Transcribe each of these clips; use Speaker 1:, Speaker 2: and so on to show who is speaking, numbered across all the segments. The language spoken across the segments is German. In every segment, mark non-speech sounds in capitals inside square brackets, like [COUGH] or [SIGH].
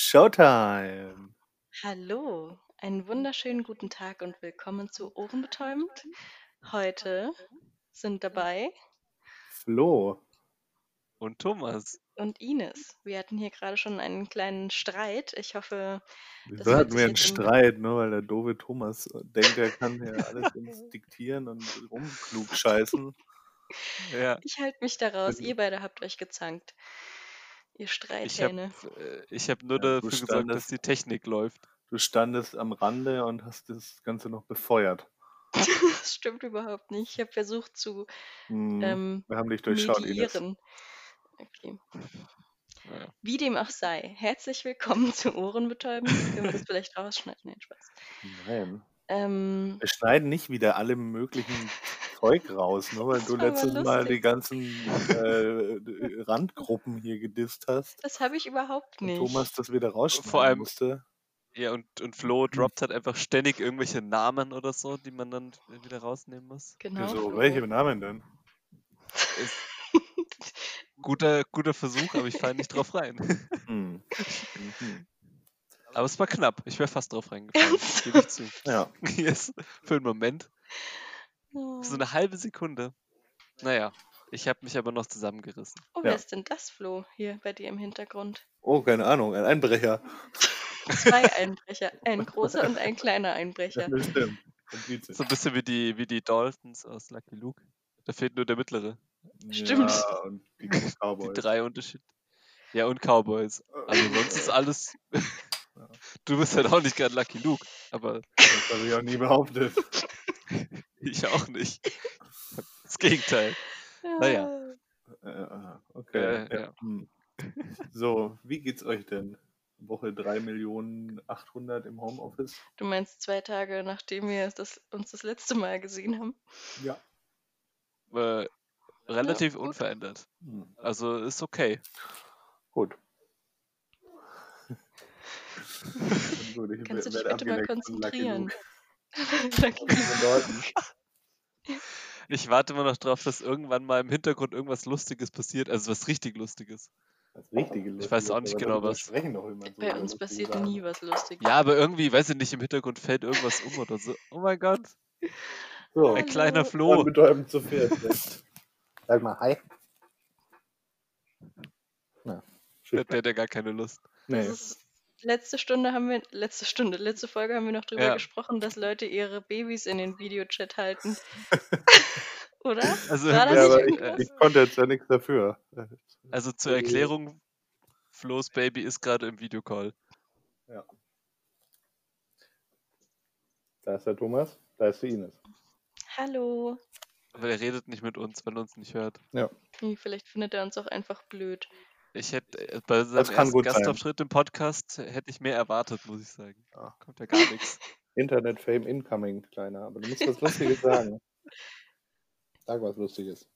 Speaker 1: Showtime.
Speaker 2: Hallo, einen wunderschönen guten Tag und willkommen zu Ohrenbetäubend. Heute sind dabei
Speaker 1: Flo.
Speaker 3: Und Thomas.
Speaker 2: und Ines. Wir hatten hier gerade schon einen kleinen Streit. Ich hoffe,
Speaker 1: Wieso
Speaker 2: wird
Speaker 1: hatten
Speaker 2: sich
Speaker 1: wir einen
Speaker 2: jetzt im-
Speaker 1: Streit, ne? Weil der doofe Thomas äh, denkt, er kann hier alles
Speaker 2: [LAUGHS]
Speaker 1: uns diktieren und rumklugscheißen.
Speaker 3: Ja,
Speaker 2: ich halte mich daraus.
Speaker 3: Also-
Speaker 2: Ihr beide habt euch gezankt. Ihr
Speaker 3: ich habe
Speaker 2: Streithähne. [LAUGHS]
Speaker 3: ich hab nur
Speaker 1: Ja, du
Speaker 3: dafür gesorgt,
Speaker 1: standest-
Speaker 3: dass die Technik läuft.
Speaker 1: Du standest am Rande und hast das Ganze noch befeuert.
Speaker 2: das stimmt überhaupt nicht. Ich habe versucht zu
Speaker 1: Hm,
Speaker 2: ähm,
Speaker 1: wir haben dich durchschaut, Ines.
Speaker 2: medieren. Okay.
Speaker 3: Ja.
Speaker 2: Wie dem auch sei, herzlich willkommen zu Ohrenbetäubend. Können wir das vielleicht rausschneiden? Nein, Spaß.
Speaker 1: Nein.
Speaker 2: Ähm,
Speaker 1: Wir schneiden nicht wieder alle möglichen Zeug raus, nur weil
Speaker 2: Das
Speaker 1: du
Speaker 2: war aber
Speaker 1: letztes Mal die
Speaker 2: lustig.
Speaker 1: ganzen
Speaker 2: [LAUGHS]
Speaker 1: äh, Randgruppen hier gedisst hast.
Speaker 2: das habe ich überhaupt
Speaker 1: Und
Speaker 2: nicht.
Speaker 1: Thomas das wieder rausschneiden
Speaker 3: allem-
Speaker 1: musste.
Speaker 3: Ja, und, und Flo droppt halt einfach ständig irgendwelche Namen oder so, die man dann wieder rausnehmen muss.
Speaker 2: genau.
Speaker 1: Wieso?
Speaker 2: Flo.
Speaker 1: Welche Namen denn?
Speaker 3: Ist guter, guter Versuch, aber ich falle nicht drauf rein.
Speaker 2: [LAUGHS]
Speaker 1: Hm. Mhm.
Speaker 3: Aber es war knapp. Ich wäre fast drauf reingefallen. Gebe ich zu. [LAUGHS]
Speaker 1: Ja,
Speaker 3: Yes, für einen Moment.
Speaker 2: Oh,
Speaker 3: So eine halbe Sekunde. Naja, ich habe mich aber noch zusammengerissen.
Speaker 2: oh, wer
Speaker 1: Ja.
Speaker 2: ist denn das, Flo, hier bei dir im Hintergrund?
Speaker 1: Oh, keine Ahnung, ein Einbrecher.
Speaker 2: Zwei Einbrecher, ein großer und ein kleiner
Speaker 3: [LAUGHS]
Speaker 2: Einbrecher.
Speaker 1: Bestimmt. Komplize.
Speaker 3: So ein bisschen wie die, wie die Daltons aus Lucky Luke. Da fehlt nur der mittlere.
Speaker 2: Stimmt.
Speaker 1: Ja, und die
Speaker 3: Die
Speaker 1: Cowboys.
Speaker 3: drei Unterschied. Ja, und Cowboys. Also sonst ist alles.
Speaker 1: [LAUGHS]
Speaker 3: du bist halt auch nicht gerade Lucky Luke, aber
Speaker 1: Das habe ich auch nie behauptet.
Speaker 3: ich auch nicht. Das Gegenteil. Naja.
Speaker 1: Äh, okay.
Speaker 3: Äh,
Speaker 1: ja. Hm. So, wie geht's euch denn? Woche 3 Millionen 800 im Homeoffice?
Speaker 2: Du meinst zwei Tage, nachdem wir das, uns das letzte Mal gesehen haben?
Speaker 1: Ja.
Speaker 3: Äh, relativ
Speaker 2: gut.
Speaker 3: unverändert.
Speaker 1: Hm.
Speaker 3: Also ist okay.
Speaker 1: Gut. Dann Gut, ich
Speaker 2: Kannst du
Speaker 1: wer-
Speaker 2: dich
Speaker 1: werde
Speaker 2: bitte mal
Speaker 1: abgelenkt von Lucky
Speaker 2: konzentrieren?
Speaker 1: Luke. [LAUGHS]
Speaker 2: Lucky
Speaker 1: Von Dalton.
Speaker 3: Ich warte immer noch drauf, dass irgendwann mal im Hintergrund irgendwas Lustiges passiert. Also was richtig Lustiges.
Speaker 1: Das richtige
Speaker 3: Ich weiß
Speaker 1: Lucky
Speaker 3: auch nicht
Speaker 1: Luke,
Speaker 3: genau,
Speaker 1: aber darüber
Speaker 3: was-
Speaker 1: Sprechen doch immer so
Speaker 2: Bei
Speaker 1: über
Speaker 2: uns
Speaker 1: lustige
Speaker 2: passiert
Speaker 1: Sachen.
Speaker 2: nie was Lustiges.
Speaker 3: Ja, aber irgendwie, weiß ich nicht, im Hintergrund fällt irgendwas um oder so. Oh mein Gott,
Speaker 1: So,
Speaker 3: ein kleiner
Speaker 2: Hallo.
Speaker 3: Flo.
Speaker 1: unbedeutend zu [LAUGHS] viert. Sag mal, hi. Na,
Speaker 3: Der, der hat ja gar keine Lust.
Speaker 2: Das ist, letzte Stunde haben wir, letzte Stunde, letzte Folge haben wir noch drüber
Speaker 3: Ja.
Speaker 2: gesprochen, dass Leute ihre Babys in den
Speaker 1: [LAUGHS]
Speaker 2: Videochat halten. [LAUGHS] Oder?
Speaker 3: Also,
Speaker 2: War
Speaker 1: Ja,
Speaker 2: das nicht
Speaker 1: aber ich,
Speaker 2: irgendwas?
Speaker 1: ich konnte jetzt ja nichts dafür.
Speaker 3: Also zur
Speaker 1: Äh,
Speaker 3: Erklärung, Flo's Baby ist gerade im Videocall.
Speaker 1: Da ist der Thomas, da ist die Ines.
Speaker 2: Hallo.
Speaker 3: Aber er redet nicht mit uns, weil er uns nicht hört.
Speaker 2: Hm, Vielleicht findet er uns auch einfach blöd.
Speaker 3: Ich hätte äh, bei seinem
Speaker 1: Das kann
Speaker 3: ersten
Speaker 1: gut sein.
Speaker 3: Gastauftritt im Podcast äh, hätte ich mehr erwartet, muss ich sagen.
Speaker 1: Ja.
Speaker 3: Kommt ja gar nichts.
Speaker 1: Internet Fame Incoming, Kleiner. Aber du musst was
Speaker 2: [LAUGHS]
Speaker 1: Lustiges sagen. Sag was Lustiges.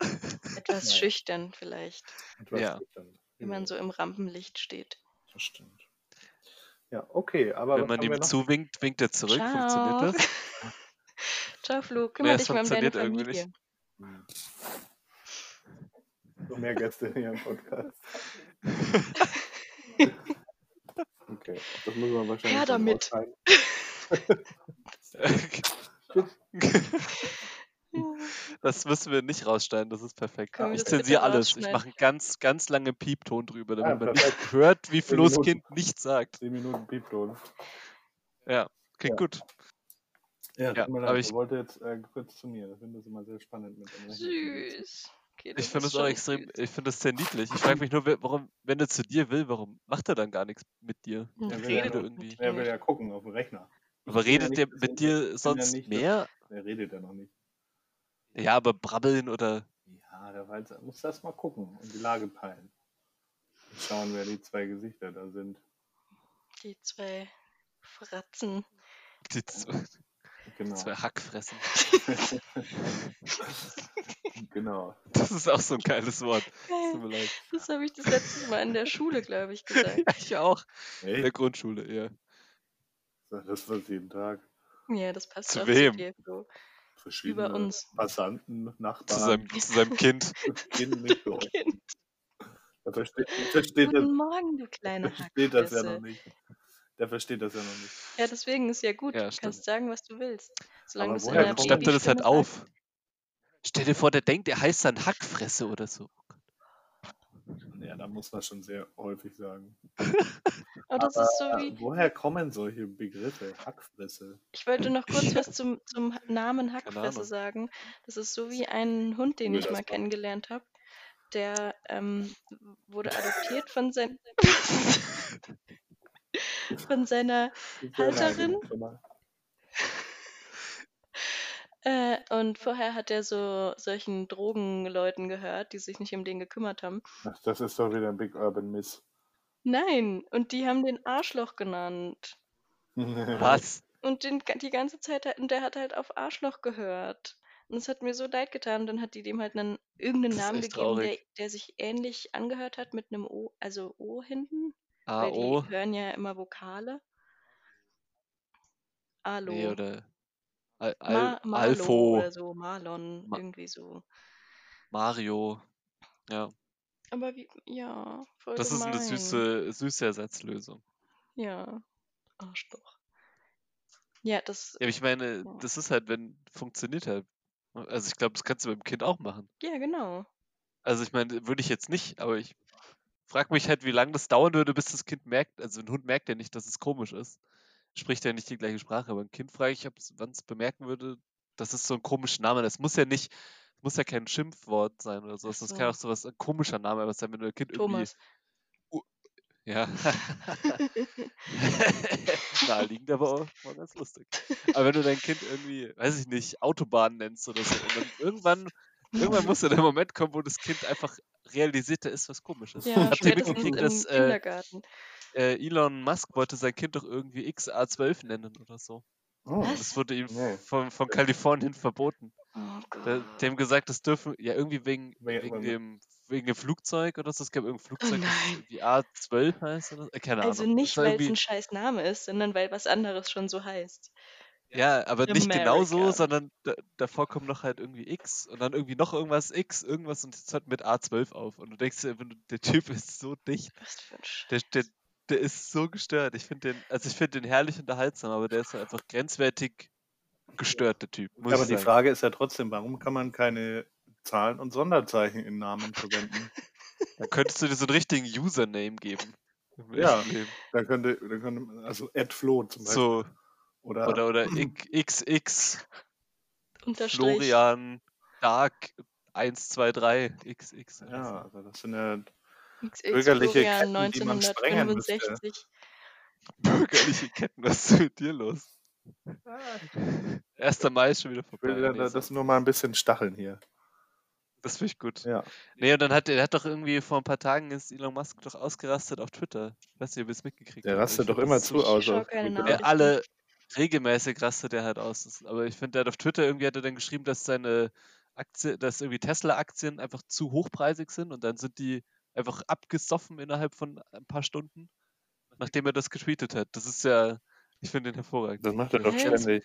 Speaker 2: Etwas
Speaker 1: Ja.
Speaker 2: schüchtern vielleicht,
Speaker 1: Und was
Speaker 3: Ja.
Speaker 1: geht dann?
Speaker 2: wenn
Speaker 3: Genau.
Speaker 2: man so im Rampenlicht steht.
Speaker 1: Das stimmt. Ja, okay, [LAUGHS] aber
Speaker 3: Wenn
Speaker 1: was
Speaker 3: man
Speaker 1: haben wir
Speaker 3: ihm
Speaker 1: noch?
Speaker 3: zuwinkt, winkt er zurück.
Speaker 2: Ciao.
Speaker 3: Funktioniert das?
Speaker 2: [LAUGHS] Ciao, Flo, kümmere
Speaker 3: es
Speaker 2: dich mal um deine
Speaker 3: funktioniert irgendwie
Speaker 2: Familie.
Speaker 1: Noch mehr Gäste hier im
Speaker 3: [LAUGHS]
Speaker 1: Podcast. okay, das müssen wir wahrscheinlich.
Speaker 2: Her
Speaker 1: dann
Speaker 2: damit.
Speaker 1: rausschneiden.
Speaker 3: Hm.
Speaker 2: [LAUGHS] Ja.
Speaker 3: [LAUGHS] das müssen wir nicht rausschneiden, das ist perfekt.
Speaker 2: Können wir
Speaker 3: Ich
Speaker 2: das bitte
Speaker 3: zensiere alles. Ich
Speaker 2: rausschneiden?
Speaker 3: mache einen ganz, ganz langen Piepton drüber,
Speaker 1: Ah,
Speaker 3: damit man
Speaker 1: perfekt.
Speaker 3: nicht hört, wie Flo's
Speaker 1: Minuten.
Speaker 3: Kind nichts sagt.
Speaker 1: 10 Minuten Piepton.
Speaker 3: Klingt gut.
Speaker 1: Ja,
Speaker 3: Ja,
Speaker 1: tut mir leid,
Speaker 3: aber
Speaker 1: ich
Speaker 3: ich-
Speaker 1: wollte jetzt äh, kurz zu mir. Ich finde das immer sehr spannend mit anderen Kindern.
Speaker 2: Süß. Okay,
Speaker 3: Ich
Speaker 2: ist
Speaker 3: finde das auch
Speaker 2: schon
Speaker 3: extrem,
Speaker 2: süß.
Speaker 3: ich finde das sehr niedlich. Ich frage mich nur, wer- warum, wenn er zu dir will, warum macht er dann gar nichts mit dir?
Speaker 1: Ja,
Speaker 2: Hm,
Speaker 1: wir
Speaker 2: Redet
Speaker 3: werden-
Speaker 2: irgendwie.
Speaker 1: Er will ja gucken auf dem Rechner.
Speaker 3: Aber
Speaker 1: bin ja
Speaker 3: redet
Speaker 1: nicht
Speaker 3: er
Speaker 1: das
Speaker 3: mit
Speaker 1: Inter-
Speaker 3: dir sonst
Speaker 1: nicht das-
Speaker 3: mehr?
Speaker 1: Er redet ja noch nicht.
Speaker 3: Ja, aber brabbeln oder.
Speaker 1: Ja, der Walzer muss erst mal gucken und die Lage peilen. Und schauen, wer die zwei Gesichter da sind.
Speaker 2: Die zwei
Speaker 3: [LAUGHS]
Speaker 2: Fratzen.
Speaker 1: Oh
Speaker 3: Die zwei, die
Speaker 1: Genau.
Speaker 3: [LAUGHS] zwei Hackfressen.
Speaker 1: genau.
Speaker 3: Das ist auch so ein geiles
Speaker 2: [LAUGHS]
Speaker 3: Wort. Tut
Speaker 2: Geil.
Speaker 3: mir leid.
Speaker 2: Das habe ich das letzte Mal in der Schule, glaube ich,
Speaker 3: [LAUGHS]
Speaker 2: gesagt.
Speaker 3: Ich auch. In
Speaker 1: Hey,
Speaker 3: der Grundschule, ja.
Speaker 1: das war's jeden Tag.
Speaker 2: Ja, das passt
Speaker 3: Zu
Speaker 2: auch
Speaker 3: wem?
Speaker 2: zu dir, Flo.
Speaker 1: Verschiedene
Speaker 2: Über uns.
Speaker 1: Passanten,
Speaker 3: Zu
Speaker 1: [LAUGHS] Nachbarn,
Speaker 2: [LAUGHS]
Speaker 3: seinem, zu seinem Kind.
Speaker 1: Kinder.
Speaker 2: Kind.
Speaker 1: Der versteht, versteht, das,
Speaker 2: Guten Morgen, du
Speaker 1: [LAUGHS]
Speaker 2: kleine
Speaker 1: versteht das ja noch
Speaker 2: Hackfresse.
Speaker 1: nicht. Der versteht das ja noch nicht.
Speaker 2: Ja, deswegen ist ja gut.
Speaker 3: Ja,
Speaker 2: du
Speaker 3: stimmt.
Speaker 2: kannst sagen, was du willst. Solange
Speaker 1: Aber
Speaker 2: du es in
Speaker 1: woher
Speaker 2: einer
Speaker 3: [LAUGHS] Ja,
Speaker 1: kommt-
Speaker 3: schreibt er das halt
Speaker 2: Babystimme
Speaker 3: auf. Stell dir vor, der denkt, er heißt dann Hackfresse oder so.
Speaker 1: Ja, da muss man schon sehr häufig sagen.
Speaker 2: sagst. Oh, das ist so wie,
Speaker 1: Woher kommen solche Begriffe? Hackfresse.
Speaker 2: ich wollte noch [LAUGHS] kurz was zum, zum Namen
Speaker 3: Ahnung.
Speaker 2: Hackfresse sagen. Das ist so wie ein Hund, den
Speaker 1: Cool,
Speaker 2: ich
Speaker 1: das
Speaker 2: mal
Speaker 1: war-
Speaker 2: kennengelernt habe. Der ähm, wurde adoptiert von, [LAUGHS] sein, von seiner Halterin? Äh, und vorher hat er so solchen Drogenleuten gehört, die sich nicht um den gekümmert haben.
Speaker 1: Ach, das ist doch wieder ein Big Urban Miss. [LAUGHS]
Speaker 2: Nein, und die haben den Arschloch genannt.
Speaker 3: Was?
Speaker 2: Und den, ga- die ganze Zeit, hat- und der hat halt auf Arschloch gehört. Und es hat mir so leid getan. Dann hat die dem halt einen, irgendeinen
Speaker 3: Das ist
Speaker 2: Namen
Speaker 3: echt
Speaker 2: gegeben, der,
Speaker 3: traurig.
Speaker 2: der sich ähnlich angehört hat mit einem O, also O hinten. weil
Speaker 3: AO?
Speaker 2: die hören ja immer Vokale. Alo.
Speaker 3: Nee, oder. Al Al
Speaker 2: Ma Marlo
Speaker 3: Alfo,
Speaker 2: oder so, Marlon,
Speaker 3: Ma-
Speaker 2: irgendwie so.
Speaker 3: Mario. Ja,
Speaker 2: Aber wie, ja, voll
Speaker 3: das ist eine
Speaker 2: gemein.
Speaker 3: süße, süße Ersatzlösung.
Speaker 2: Ja, Arschloch. Ja, das,
Speaker 3: Ja, aber ich meine,
Speaker 2: Ja.
Speaker 3: das ist halt, wenn funktioniert halt. Also ich glaube, das kannst du mit dem Kind auch machen.
Speaker 2: ja, genau.
Speaker 3: Also ich meine, würde ich jetzt nicht, aber ich frage mich halt, wie lange das dauern würde, bis das Kind merkt, also ein Hund merkt ja nicht, dass es komisch ist. Spricht ja nicht die gleiche Sprache, aber ein Kind frage ich, wann es bemerken würde, das ist so ein komischer Name. Das muss ja nicht, muss ja kein Schimpfwort sein oder sowas. Das kann
Speaker 2: so.
Speaker 3: auch sowas ein komischer Name aber sein, wenn du ein Kind
Speaker 2: Thomas.
Speaker 3: irgendwie. Ja. [LAUGHS] Naheliegend, aber auch war ganz lustig. Aber wenn du dein Kind irgendwie, weiß ich nicht, Autobahn nennst oder so, und dann irgendwann, irgendwann muss ja der Moment kommen, wo das Kind einfach realisiert, da ist was komisches. [LAUGHS]
Speaker 2: Ja,
Speaker 3: Habt ihr
Speaker 2: spätestens im
Speaker 3: mitgekriegt, dass äh,
Speaker 2: Kindergarten.
Speaker 3: äh, Elon Musk wollte sein Kind doch irgendwie XA12 nennen oder so?
Speaker 1: Oh,
Speaker 2: Was?
Speaker 3: Das wurde ihm
Speaker 1: Nee.
Speaker 3: von, von Kalifornien verboten.
Speaker 2: Oh
Speaker 3: Da,
Speaker 2: Gott.
Speaker 3: dem gesagt, das dürfen, ja irgendwie wegen,
Speaker 1: Wegen-
Speaker 3: wegen dem wegen dem Flugzeug oder so, es gab irgendein Flugzeug,
Speaker 2: Oh nein.
Speaker 3: das die A12 heißt oder so. Äh, Keine
Speaker 2: Also
Speaker 3: Ahnung.
Speaker 2: nicht,
Speaker 3: war
Speaker 2: weil es
Speaker 3: irgendwie-
Speaker 2: ein scheiß Name ist, sondern weil was anderes schon so heißt.
Speaker 3: Ja, aber nicht genau so,
Speaker 2: America.
Speaker 3: sondern da, davor kommt noch halt irgendwie X und dann irgendwie noch irgendwas X, irgendwas und jetzt hört mit A12 auf. Und du denkst dir, wenn du- der Typ [LAUGHS] ist so dicht,
Speaker 2: Was für ein Scheiß.
Speaker 3: der, der, der ist so gestört. Ich finde den, also ich finde den herrlich unterhaltsam, aber der ist halt einfach grenzwertig gestört, der Typ. Muss
Speaker 1: Aber
Speaker 3: ich
Speaker 1: die
Speaker 3: sagen.
Speaker 1: Frage ist ja trotzdem, warum kann man keine Zahlen und Sonderzeichen in Namen verwenden?
Speaker 3: Da könntest du dir so einen richtigen Username geben. im
Speaker 1: Ja.
Speaker 3: echten Leben.
Speaker 1: Da könnte, da könnte also Ed Flo zum Beispiel.
Speaker 3: So,
Speaker 1: oder,
Speaker 3: oder,
Speaker 1: [CLEARS THROAT]
Speaker 3: oder XX,
Speaker 2: Unterstrich.
Speaker 3: Florian, Dark, 123, XX. oder so.
Speaker 1: ja, also das sind ja
Speaker 2: XX
Speaker 1: bürgerliche
Speaker 2: Florian
Speaker 1: Ketten, die man sprengen müsste.
Speaker 2: 1965.
Speaker 3: Bürgerliche Ketten, was ist mit dir los? 1. Mai ist schon wieder
Speaker 1: Ich will
Speaker 2: Äh,
Speaker 3: vorbei.
Speaker 1: da-
Speaker 3: Nee,
Speaker 1: da-
Speaker 3: so.
Speaker 1: das nur mal ein bisschen stacheln hier.
Speaker 3: das finde ich gut.
Speaker 1: Ja.
Speaker 3: Nee, und dann hat er hat doch irgendwie vor ein paar Tagen ist Elon Musk doch ausgerastet auf Twitter. Ich weiß nicht, ob ihr es mitgekriegt
Speaker 1: Der
Speaker 3: habt. aber ich
Speaker 1: rastet doch
Speaker 3: find
Speaker 1: immer
Speaker 3: das
Speaker 1: zu
Speaker 2: Ich
Speaker 1: aus.
Speaker 2: schau
Speaker 1: auf
Speaker 2: keine
Speaker 1: Twitter.
Speaker 2: Nachrichten.
Speaker 3: Er alle regelmäßig rastet er halt aus. Das- Aber ich finde, der hat auf Twitter irgendwie hat er dann geschrieben, dass seine Aktie, dass irgendwie Tesla-Aktien einfach zu hochpreisig sind und dann sind die einfach abgesoffen innerhalb von ein paar Stunden, nachdem er das getweetet hat. Das ist ja, ich finde den hervorragend.
Speaker 1: Das macht er doch
Speaker 2: Hä?
Speaker 1: ständig.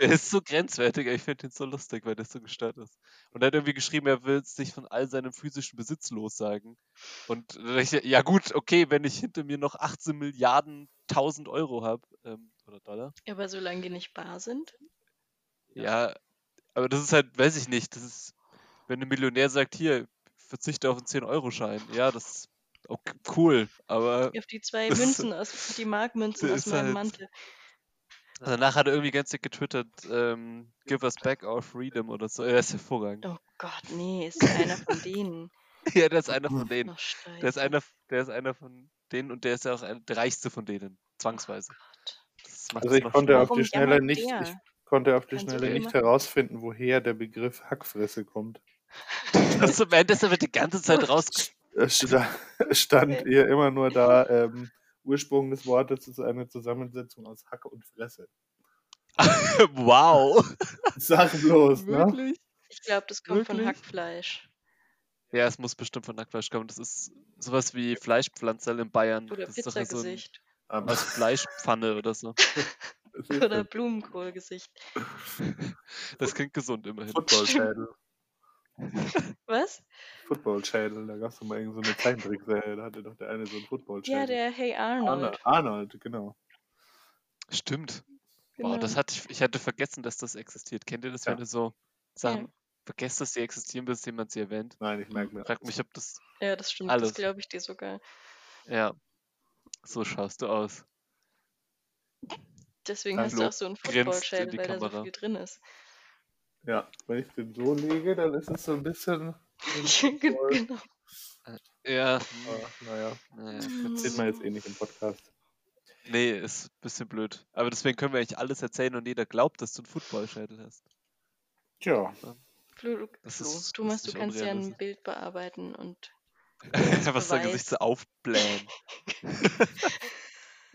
Speaker 3: Der ist so grenzwertig, ey, ich finde den so lustig, weil der so gestört ist. Und er hat irgendwie geschrieben, er will sich von all seinem physischen Besitz lossagen. Und dann dachte ich, ja gut, okay, wenn ich hinter mir noch 18 Milliarden 1000 Euro habe, ähm, oder Dollar,
Speaker 2: Aber solange die nicht bar sind.
Speaker 3: ja. aber das ist halt, weiß ich nicht, das ist, wenn ein Millionär sagt, hier, verzichte auf einen 10-Euro-Schein, ja, das ist okay, cool, aber
Speaker 2: Auf die zwei
Speaker 3: [LAUGHS] Das-
Speaker 2: Münzen, aus, die
Speaker 3: [LAUGHS]
Speaker 2: Markmünzen
Speaker 3: das
Speaker 2: aus
Speaker 3: ist
Speaker 2: meinem
Speaker 3: halt-
Speaker 2: Mantel.
Speaker 3: danach hat er irgendwie ganz dick getwittert, ähm, give us back our freedom oder so, er ist hervorragend.
Speaker 2: Oh Gott, nee, ist ja einer von denen.
Speaker 3: [LAUGHS] Ja, das ist einer von denen.
Speaker 2: Oh, scheiße.
Speaker 3: Der ist einer, der ist einer von denen und der ist ja auch ein, der reichste von denen, zwangsweise.
Speaker 2: Oh Gott.
Speaker 3: Das macht
Speaker 1: Also
Speaker 3: es
Speaker 1: ich
Speaker 3: noch
Speaker 1: konnte auf
Speaker 2: Warum
Speaker 1: die Schnelle
Speaker 2: jammert
Speaker 1: nicht,
Speaker 2: der?
Speaker 1: ich konnte auf die
Speaker 2: Kannst du
Speaker 1: Schnelle
Speaker 2: viel
Speaker 1: nicht
Speaker 2: machen?
Speaker 1: herausfinden, woher der Begriff Hackfresse kommt.
Speaker 3: schlimmer. Das im Endeffekt wird die ganze
Speaker 2: [LAUGHS]
Speaker 3: Zeit raus.
Speaker 1: Es sta- [LAUGHS] stand
Speaker 2: Äh, Okay.
Speaker 1: hier immer nur
Speaker 2: [LAUGHS]
Speaker 1: da, ähm, Ursprung des Wortes ist eine Zusammensetzung aus Hacke und Fresse.
Speaker 3: wow.
Speaker 1: Sag bloß, ne?
Speaker 3: Wirklich?
Speaker 2: Ich glaube, das kommt von
Speaker 3: Wirklich?
Speaker 2: Hackfleisch.
Speaker 3: Ja, es muss bestimmt von Hackfleisch kommen. Das ist sowas wie Fleischpflanzerl in Bayern.
Speaker 2: Oder
Speaker 3: das ist doch ja so ein, [LAUGHS]
Speaker 2: Pizzagesicht.
Speaker 1: Aber
Speaker 3: was Fleischpfanne oder so.
Speaker 1: es ist
Speaker 2: [LAUGHS] Oder
Speaker 1: ein
Speaker 2: Blumenkohlgesicht.
Speaker 3: Das klingt gesund immerhin.
Speaker 1: Footballschädel.
Speaker 2: Was?
Speaker 1: Football Channel, da gab es doch mal irgend so eine Zeichentrickserie, da hatte doch der eine so einen Football Channel.
Speaker 2: Ja, der Hey Arnold.
Speaker 1: Arnold, Arnold, genau.
Speaker 3: Stimmt.
Speaker 2: Genau.
Speaker 3: Wow, das hatte ich, ich hatte vergessen, dass das existiert. Kennt ihr das,
Speaker 1: Ja.
Speaker 3: wenn ihr so Sachen vergesst, dass sie existieren, bis jemand sie erwähnt?
Speaker 1: Nein, ich merke mir.
Speaker 3: Frag mich, ob das.
Speaker 2: ja, das stimmt.
Speaker 3: Alles.
Speaker 2: Das glaube ich dir sogar.
Speaker 3: Ja. So schaust du aus.
Speaker 2: Deswegen
Speaker 1: Dann
Speaker 2: hast du
Speaker 3: lo-
Speaker 2: auch so einen
Speaker 3: grinst in
Speaker 2: Football-Shell,
Speaker 3: die
Speaker 2: weil da so
Speaker 3: Kamera.
Speaker 2: viel drin
Speaker 3: [LAUGHS]
Speaker 2: ist.
Speaker 1: Ja, wenn ich den so lege, dann ist es so ein
Speaker 2: [LAUGHS]
Speaker 1: bisschen. Ah,
Speaker 2: genau.
Speaker 3: Ja.
Speaker 1: Aber, naja,
Speaker 3: Naja.
Speaker 1: sieht man jetzt eh nicht im Podcast.
Speaker 3: Nee, ist ein bisschen blöd. Aber deswegen können wir eigentlich alles erzählen und jeder glaubt, dass du einen Footballscheitel
Speaker 1: [LAUGHS]
Speaker 3: hast.
Speaker 1: Tja,
Speaker 2: Flo, du,
Speaker 3: Das
Speaker 2: Flo,
Speaker 3: ist-
Speaker 2: Thomas,
Speaker 3: das ist
Speaker 2: du kannst ja ein
Speaker 3: unrealistisch.
Speaker 2: Bild bearbeiten und
Speaker 3: [LAUGHS] Einfach sein
Speaker 2: Beweis.
Speaker 3: Gesicht so aufblähen.
Speaker 1: [LAUGHS]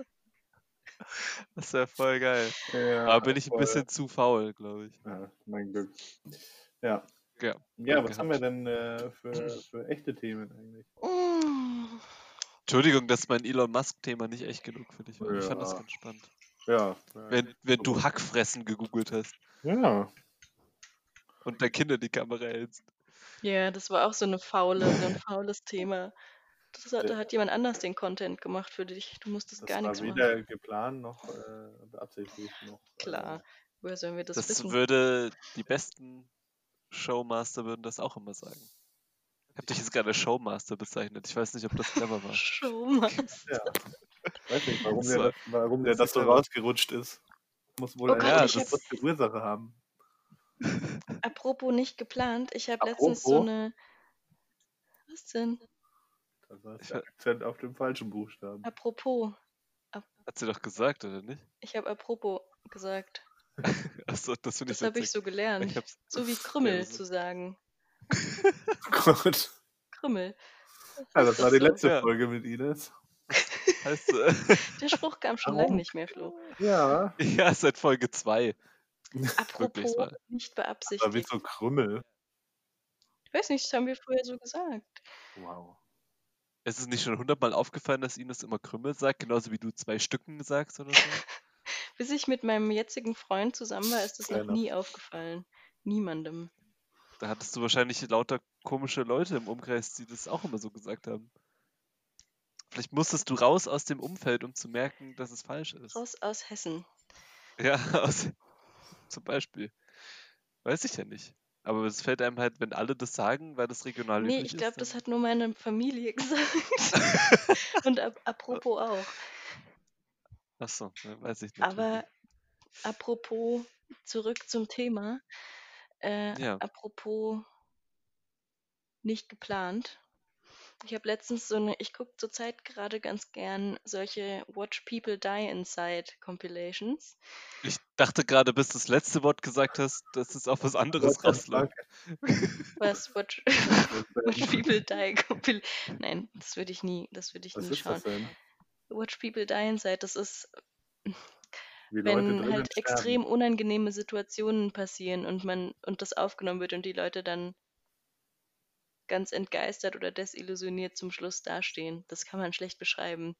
Speaker 3: das wäre voll geil.
Speaker 1: ja,
Speaker 3: Aber bin ich ein
Speaker 1: voll.
Speaker 3: bisschen zu faul, glaube ich.
Speaker 1: Ja, mein Glück. Ja.
Speaker 3: Ja,
Speaker 1: Ja,
Speaker 3: Glück
Speaker 1: was haben wir denn äh, für, für echte Themen eigentlich?
Speaker 2: Mm.
Speaker 3: Entschuldigung, dass mein Elon Musk-Thema nicht echt genug für dich war. Ich fand das
Speaker 1: Ja.
Speaker 3: ganz spannend.
Speaker 1: Ja. äh,
Speaker 3: Wenn, wenn du Hackfressen gegoogelt hast
Speaker 1: Ja.
Speaker 3: und dein Kind in die Kamera hältst.
Speaker 2: Ja, das war auch so eine faule, so ein
Speaker 3: [LAUGHS]
Speaker 2: faules Thema. Das hat, da hat jemand anders den Content gemacht für dich. Du musstest
Speaker 1: Das
Speaker 2: gar
Speaker 1: war
Speaker 2: nichts machen.
Speaker 1: weder geplant noch äh, beabsichtigt noch. äh,
Speaker 2: Klar. Woher sollen wir das,
Speaker 3: Das,
Speaker 2: [LAUGHS] wissen?
Speaker 3: würde, die besten Showmaster würden das auch immer sagen. Ich habe dich jetzt gerade als Showmaster bezeichnet. Ich weiß nicht, ob das
Speaker 2: [LAUGHS]
Speaker 3: clever war.
Speaker 2: Showmaster.
Speaker 1: Äh, ja. Weiß nicht, warum
Speaker 3: Das
Speaker 1: der,
Speaker 3: war-
Speaker 1: warum der
Speaker 3: das
Speaker 1: das so
Speaker 3: ist aber-
Speaker 1: rausgerutscht ist. Muss wohl
Speaker 2: Oh
Speaker 1: eine
Speaker 2: Gott,
Speaker 3: Ja,
Speaker 1: ja,
Speaker 3: ich hab-
Speaker 1: Ursache haben.
Speaker 2: Apropos nicht geplant, ich habe letztens so
Speaker 1: Apropos?
Speaker 2: eine. Was denn?
Speaker 1: Da war
Speaker 3: Ich
Speaker 1: der Akzent auf dem falschen Buchstaben. [LAUGHS]
Speaker 2: Apropos.
Speaker 3: Hat sie doch gesagt, oder nicht?
Speaker 2: Ich habe apropos gesagt.
Speaker 3: Achso, das finde ich
Speaker 2: Das habe ich
Speaker 3: witzig.
Speaker 2: so gelernt.
Speaker 3: hab's-
Speaker 2: So wie
Speaker 3: Ja,
Speaker 2: Krümmel
Speaker 3: das ist-
Speaker 2: zu sagen.
Speaker 1: Oh Gott.
Speaker 2: Krümmel.
Speaker 1: Ja, Ah, das war die
Speaker 2: so?
Speaker 1: letzte
Speaker 3: Ja.
Speaker 1: Folge mit Ines.
Speaker 3: Heißt, äh,
Speaker 2: Der Spruch kam schon
Speaker 1: Warum?
Speaker 2: lange nicht mehr, Flo.
Speaker 1: Ja.
Speaker 3: [LAUGHS] ja, seit Folge 2. Wirklich, es
Speaker 2: Apropos
Speaker 3: war-
Speaker 2: nicht
Speaker 1: Aber wie
Speaker 2: beabsichtigt.
Speaker 1: so Krümmel.
Speaker 2: Ich weiß nicht, das haben wir früher so gesagt.
Speaker 1: Wow.
Speaker 3: Es ist nicht schon hundertmal aufgefallen, dass Ines immer Krümmel sagt, genauso wie du zwei Stücken sagst oder so.
Speaker 2: Bis ich mit meinem jetzigen Freund zusammen war, ist das
Speaker 1: Fair
Speaker 2: noch nie aufgefallen. Niemandem.
Speaker 3: Da hattest du wahrscheinlich lauter komische Leute im Umkreis, die das auch immer so gesagt haben. Vielleicht musstest du raus aus dem Umfeld, um zu merken, dass es falsch ist.
Speaker 2: Raus aus Hessen.
Speaker 3: Ja, [LAUGHS] aus, zum Beispiel. Weiß ich ja nicht. Aber es fällt einem halt, wenn alle das sagen, weil das regional
Speaker 2: Nee,
Speaker 3: üblich
Speaker 2: ich glaube,
Speaker 3: ist.
Speaker 2: das hat nur meine Familie [LAUGHS] gesagt. Und ap apropos auch.
Speaker 3: Achso, ja, ne, weiß ich natürlich
Speaker 2: Aber
Speaker 3: nicht.
Speaker 2: apropos, zurück zum Thema. Äh,
Speaker 3: Ja.
Speaker 2: Apropos nicht geplant. Ich habe letztens so eine, ich gucke zurzeit gerade ganz gern solche Watch People Die Inside Compilations.
Speaker 3: Ich dachte gerade, bis du das letzte Wort gesagt hast, dass es auf was anderes rausläuft.
Speaker 1: [LAUGHS]
Speaker 2: Was Watch, Watch
Speaker 1: Was
Speaker 2: People Die Compil Nein, das würde ich nie, das würde ich nie
Speaker 1: ist
Speaker 2: schauen.
Speaker 1: das denn?
Speaker 2: Watch People Die Inside, das ist
Speaker 1: Wie
Speaker 2: wenn
Speaker 1: drinnen
Speaker 2: halt
Speaker 1: sterben.
Speaker 2: extrem unangenehme Situationen passieren und man und das aufgenommen wird und die Leute dann ganz entgeistert oder desillusioniert zum Schluss dastehen. Das kann man schlecht beschreiben.